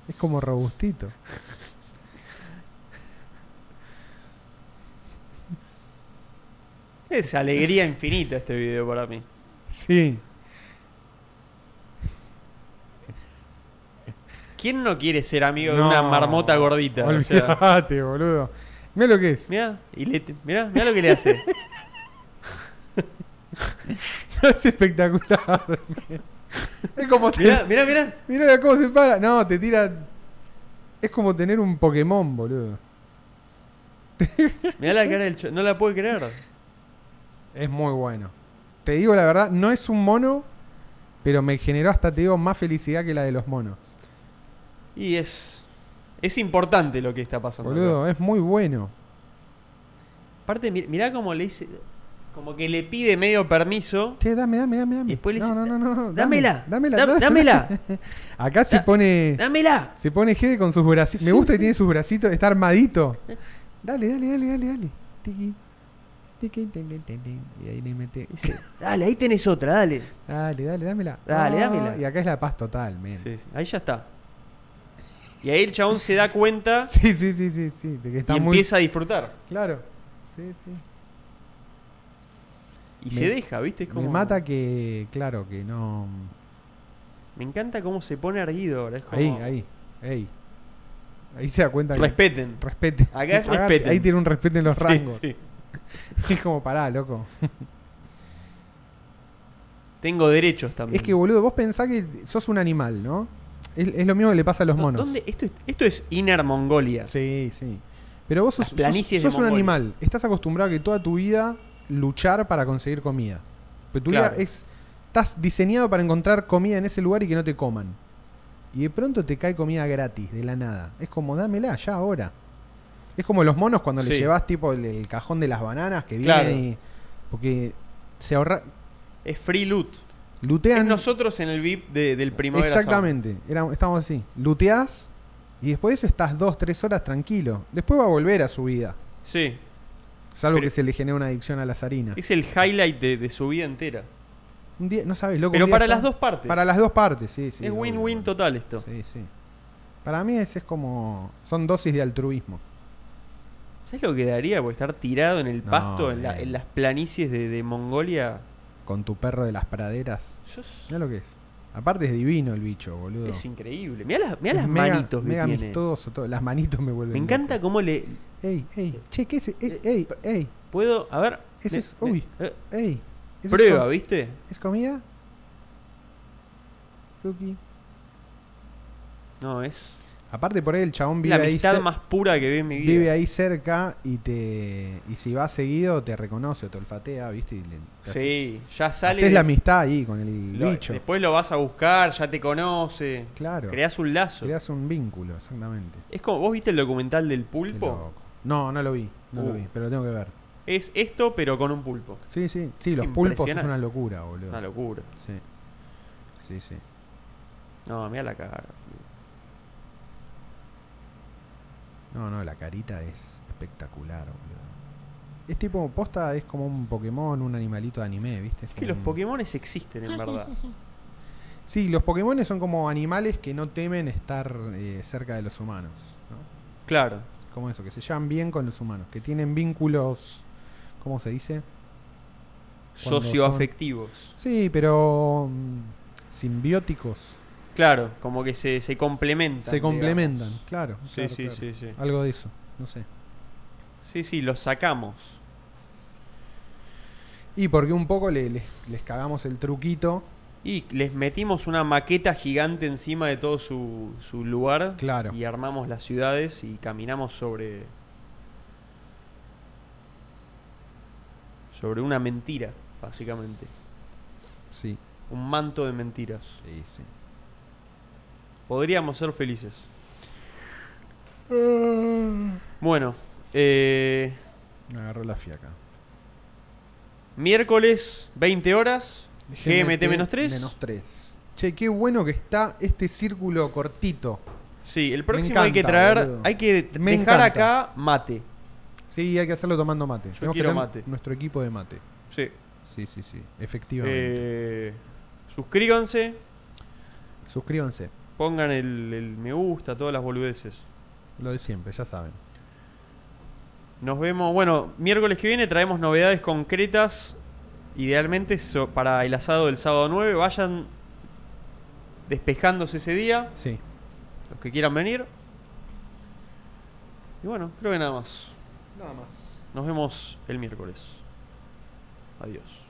Es como robustito.
Es alegría infinita este video para mí.
Sí.
¿Quién no quiere ser amigo de una marmota gordita? O sea,
Olvídate, boludo. Mira lo que es.
mirá, y le- mirá, mirá lo que le hace.
es espectacular. es como te-
Mirá, mirá, mirá.
Mirá cómo se para. No, te tira. Es como tener un Pokémon, boludo.
Mirá la cara del cho- No la puedo creer.
Es muy bueno. Te digo la verdad, no es un mono, pero me generó hasta, te digo, más felicidad que la de los monos.
Y es. Es importante lo que está pasando. acá.
Boludo, eh. es muy bueno.
Aparte, mi- mirá cómo le dice. Como que le pide medio permiso.
Che, dame, dame, dame, dame.
Y después le
no,
dice,
no, no, no, no,
dámela,
Dámela.
dá-
dá-
dámela.
Acá se
Da-
pone.
¡Dámela!
Se pone Gede con sus bracitos. Me
Sí,
gusta
sí.
que tiene sus bracitos. Está armadito. Dale, dale, dale, dale, dale. Tiki. Tiki, tin, tin, tin, tin. Y ahí le mete.
Dice, dale, ahí tenés otra, dale.
Dale, dale, dámela.
Dale,
Ah,
dámela.
Y acá es la paz total, men. Sí,
Sí, sí, ahí ya está. Y ahí el chabón se da cuenta
sí, sí, sí, sí. de que está
y
muy.
empieza a disfrutar.
Claro. Sí, sí.
Y
Me-
se deja, ¿viste? Este Es
Me
como-
mata que. Claro, que no.
Me encanta cómo se pone erguido ahora. es como-
Ahí, ahí. Ey. Ahí se da cuenta que.
Respeten.
Respete.
Acá es
Cagate,
respeten.
Ahí tiene un respeto en los
Sí,
rangos.
sí.
Es como pará, loco.
Tengo derechos también.
Es que, boludo, vos pensás que sos un animal, ¿no? Es, es lo mismo que le pasa a los
¿Dó-
monos.
¿Dónde? Esto, es- esto es Inner Mongolia.
Sí, sí. Pero vos sos,
Las planicies
sos-
de
sos un
Mongolia.
animal. Estás acostumbrado a que toda tu vida luchar para conseguir comida. Pero tu
Claro.
vida es. Estás diseñado para encontrar comida en ese lugar y que no te coman. Y de pronto te cae comida gratis, de la nada. Es como, dámela ya ahora. Es como los monos cuando
Sí.
les llevas tipo el, el cajón de las bananas que
Claro.
vienen y. Porque se ahorra.
Es free loot. Es
Lutean.
nosotros en el VIP de- del primavera. Sound.
Exactamente, era- estamos así. Luteás y después de eso estás dos, tres horas tranquilo. Después va a volver a su vida.
Sí.
Salvo
Pero-
que se le genere una adicción a las harinas.
Es el highlight de, de su vida entera.
Un día, no sabes, loco. un
Pero
día
para
está-
las dos partes.
Para las dos partes, sí, sí.
es
obvio,
win-win
obvio.
total esto.
Sí, sí. Para mí ese es como. Son dosis de altruismo.
¿Sabes lo que daría por estar tirado en el
No,
pasto, en, la-
man.
en las planicies de, de Mongolia?
Con tu perro de las praderas.
Yo s-
Mira lo que es. Aparte es divino el bicho, boludo.
es increíble. Mirá las, mirá
Es
las
mega-
manitos que
mega
tiene.
amistoso, todo. Las manitos me vuelven.
Me encanta
loco.
cómo le.
Ey, ey, che, ¿qué es? Ey,
Eh,
ey,
per-
ey,
Puedo. A ver.
Ese
me-
es-
me-
uy.
eh,
ey. ¿Eso
prueba,
es, com-
¿viste?
¿Es comida? Tuki.
No, es
Aparte por ahí el chabón vive
la
ahí.
amistad
cer-
más pura que vi en mi vida.
Vive ahí cerca y te. Y si va seguido te reconoce o te olfatea, ¿viste? Y le- te
Sí, ya
haces-
sale.
Haces
de-
la amistad ahí con el
lo-
bicho.
Después lo vas a buscar, ya te conoce.
Claro.
Creas un lazo.
Creas un vínculo, exactamente.
Es como, ¿vos viste el documental del
Qué
pulpo?
loco. No, no lo vi, no lo
Uh.
vi, pero lo tengo que ver.
Es esto, pero con un pulpo.
Sí, sí, sí,
Es
los pulpos es
impresionante.
una locura, boludo.
Una locura.
Sí. Sí, sí.
No, mira la cara.
No, no, la carita es espectacular, boludo. Es tipo, posta es como un Pokémon, un animalito de anime, ¿viste?
Es que los Pokémones existen, en verdad.
Sí, los Pokémon son como animales que no temen estar eh, cerca de los humanos, ¿no?
Claro.
Como eso, que se llevan bien con los humanos, que tienen vínculos, ¿cómo se dice? Cuando
Socioafectivos.
Sí, pero mm, simbióticos.
Claro, como que se, se complementan.
Se complementan,
digamos.
claro.
Sí,
claro,
sí,
claro.
sí, sí.
Algo de eso, no sé.
Sí, sí, los sacamos.
Y porque un poco le- les, les cagamos el truquito,
Y les metimos una maqueta gigante encima de todo su, su lugar.
Claro.
Y armamos las ciudades y caminamos sobre. sobre una mentira, básicamente.
sí.
Un manto de mentiras.
Sí, sí.
Podríamos ser felices. Bueno, eh,
Me agarró la fiaca.
miércoles, 20 horas. GMT-3.
Menos 3. Che, qué bueno que está este círculo cortito.
Sí, el
Me
próximo hay que
encanta,
traer.
boludo.
Hay que
Me
dejar
encanta.
acá mate.
Sí, hay que hacerlo tomando mate. Tenemos que
quiero
tener
mate.
Nuestro equipo de mate.
Sí.
Sí, sí, sí. Efectivamente.
Eh, suscríbanse,
Suscríbanse.
pongan el, el me gusta, todas las boludeces.
Lo de siempre, ya saben.
Nos vemos, bueno, miércoles que viene traemos novedades concretas, idealmente so- para el asado del sábado 9. Vayan despejándose ese día,
Sí.
los que quieran venir. Y bueno, creo que nada más.
Nada más.
Nos vemos el miércoles. Adiós.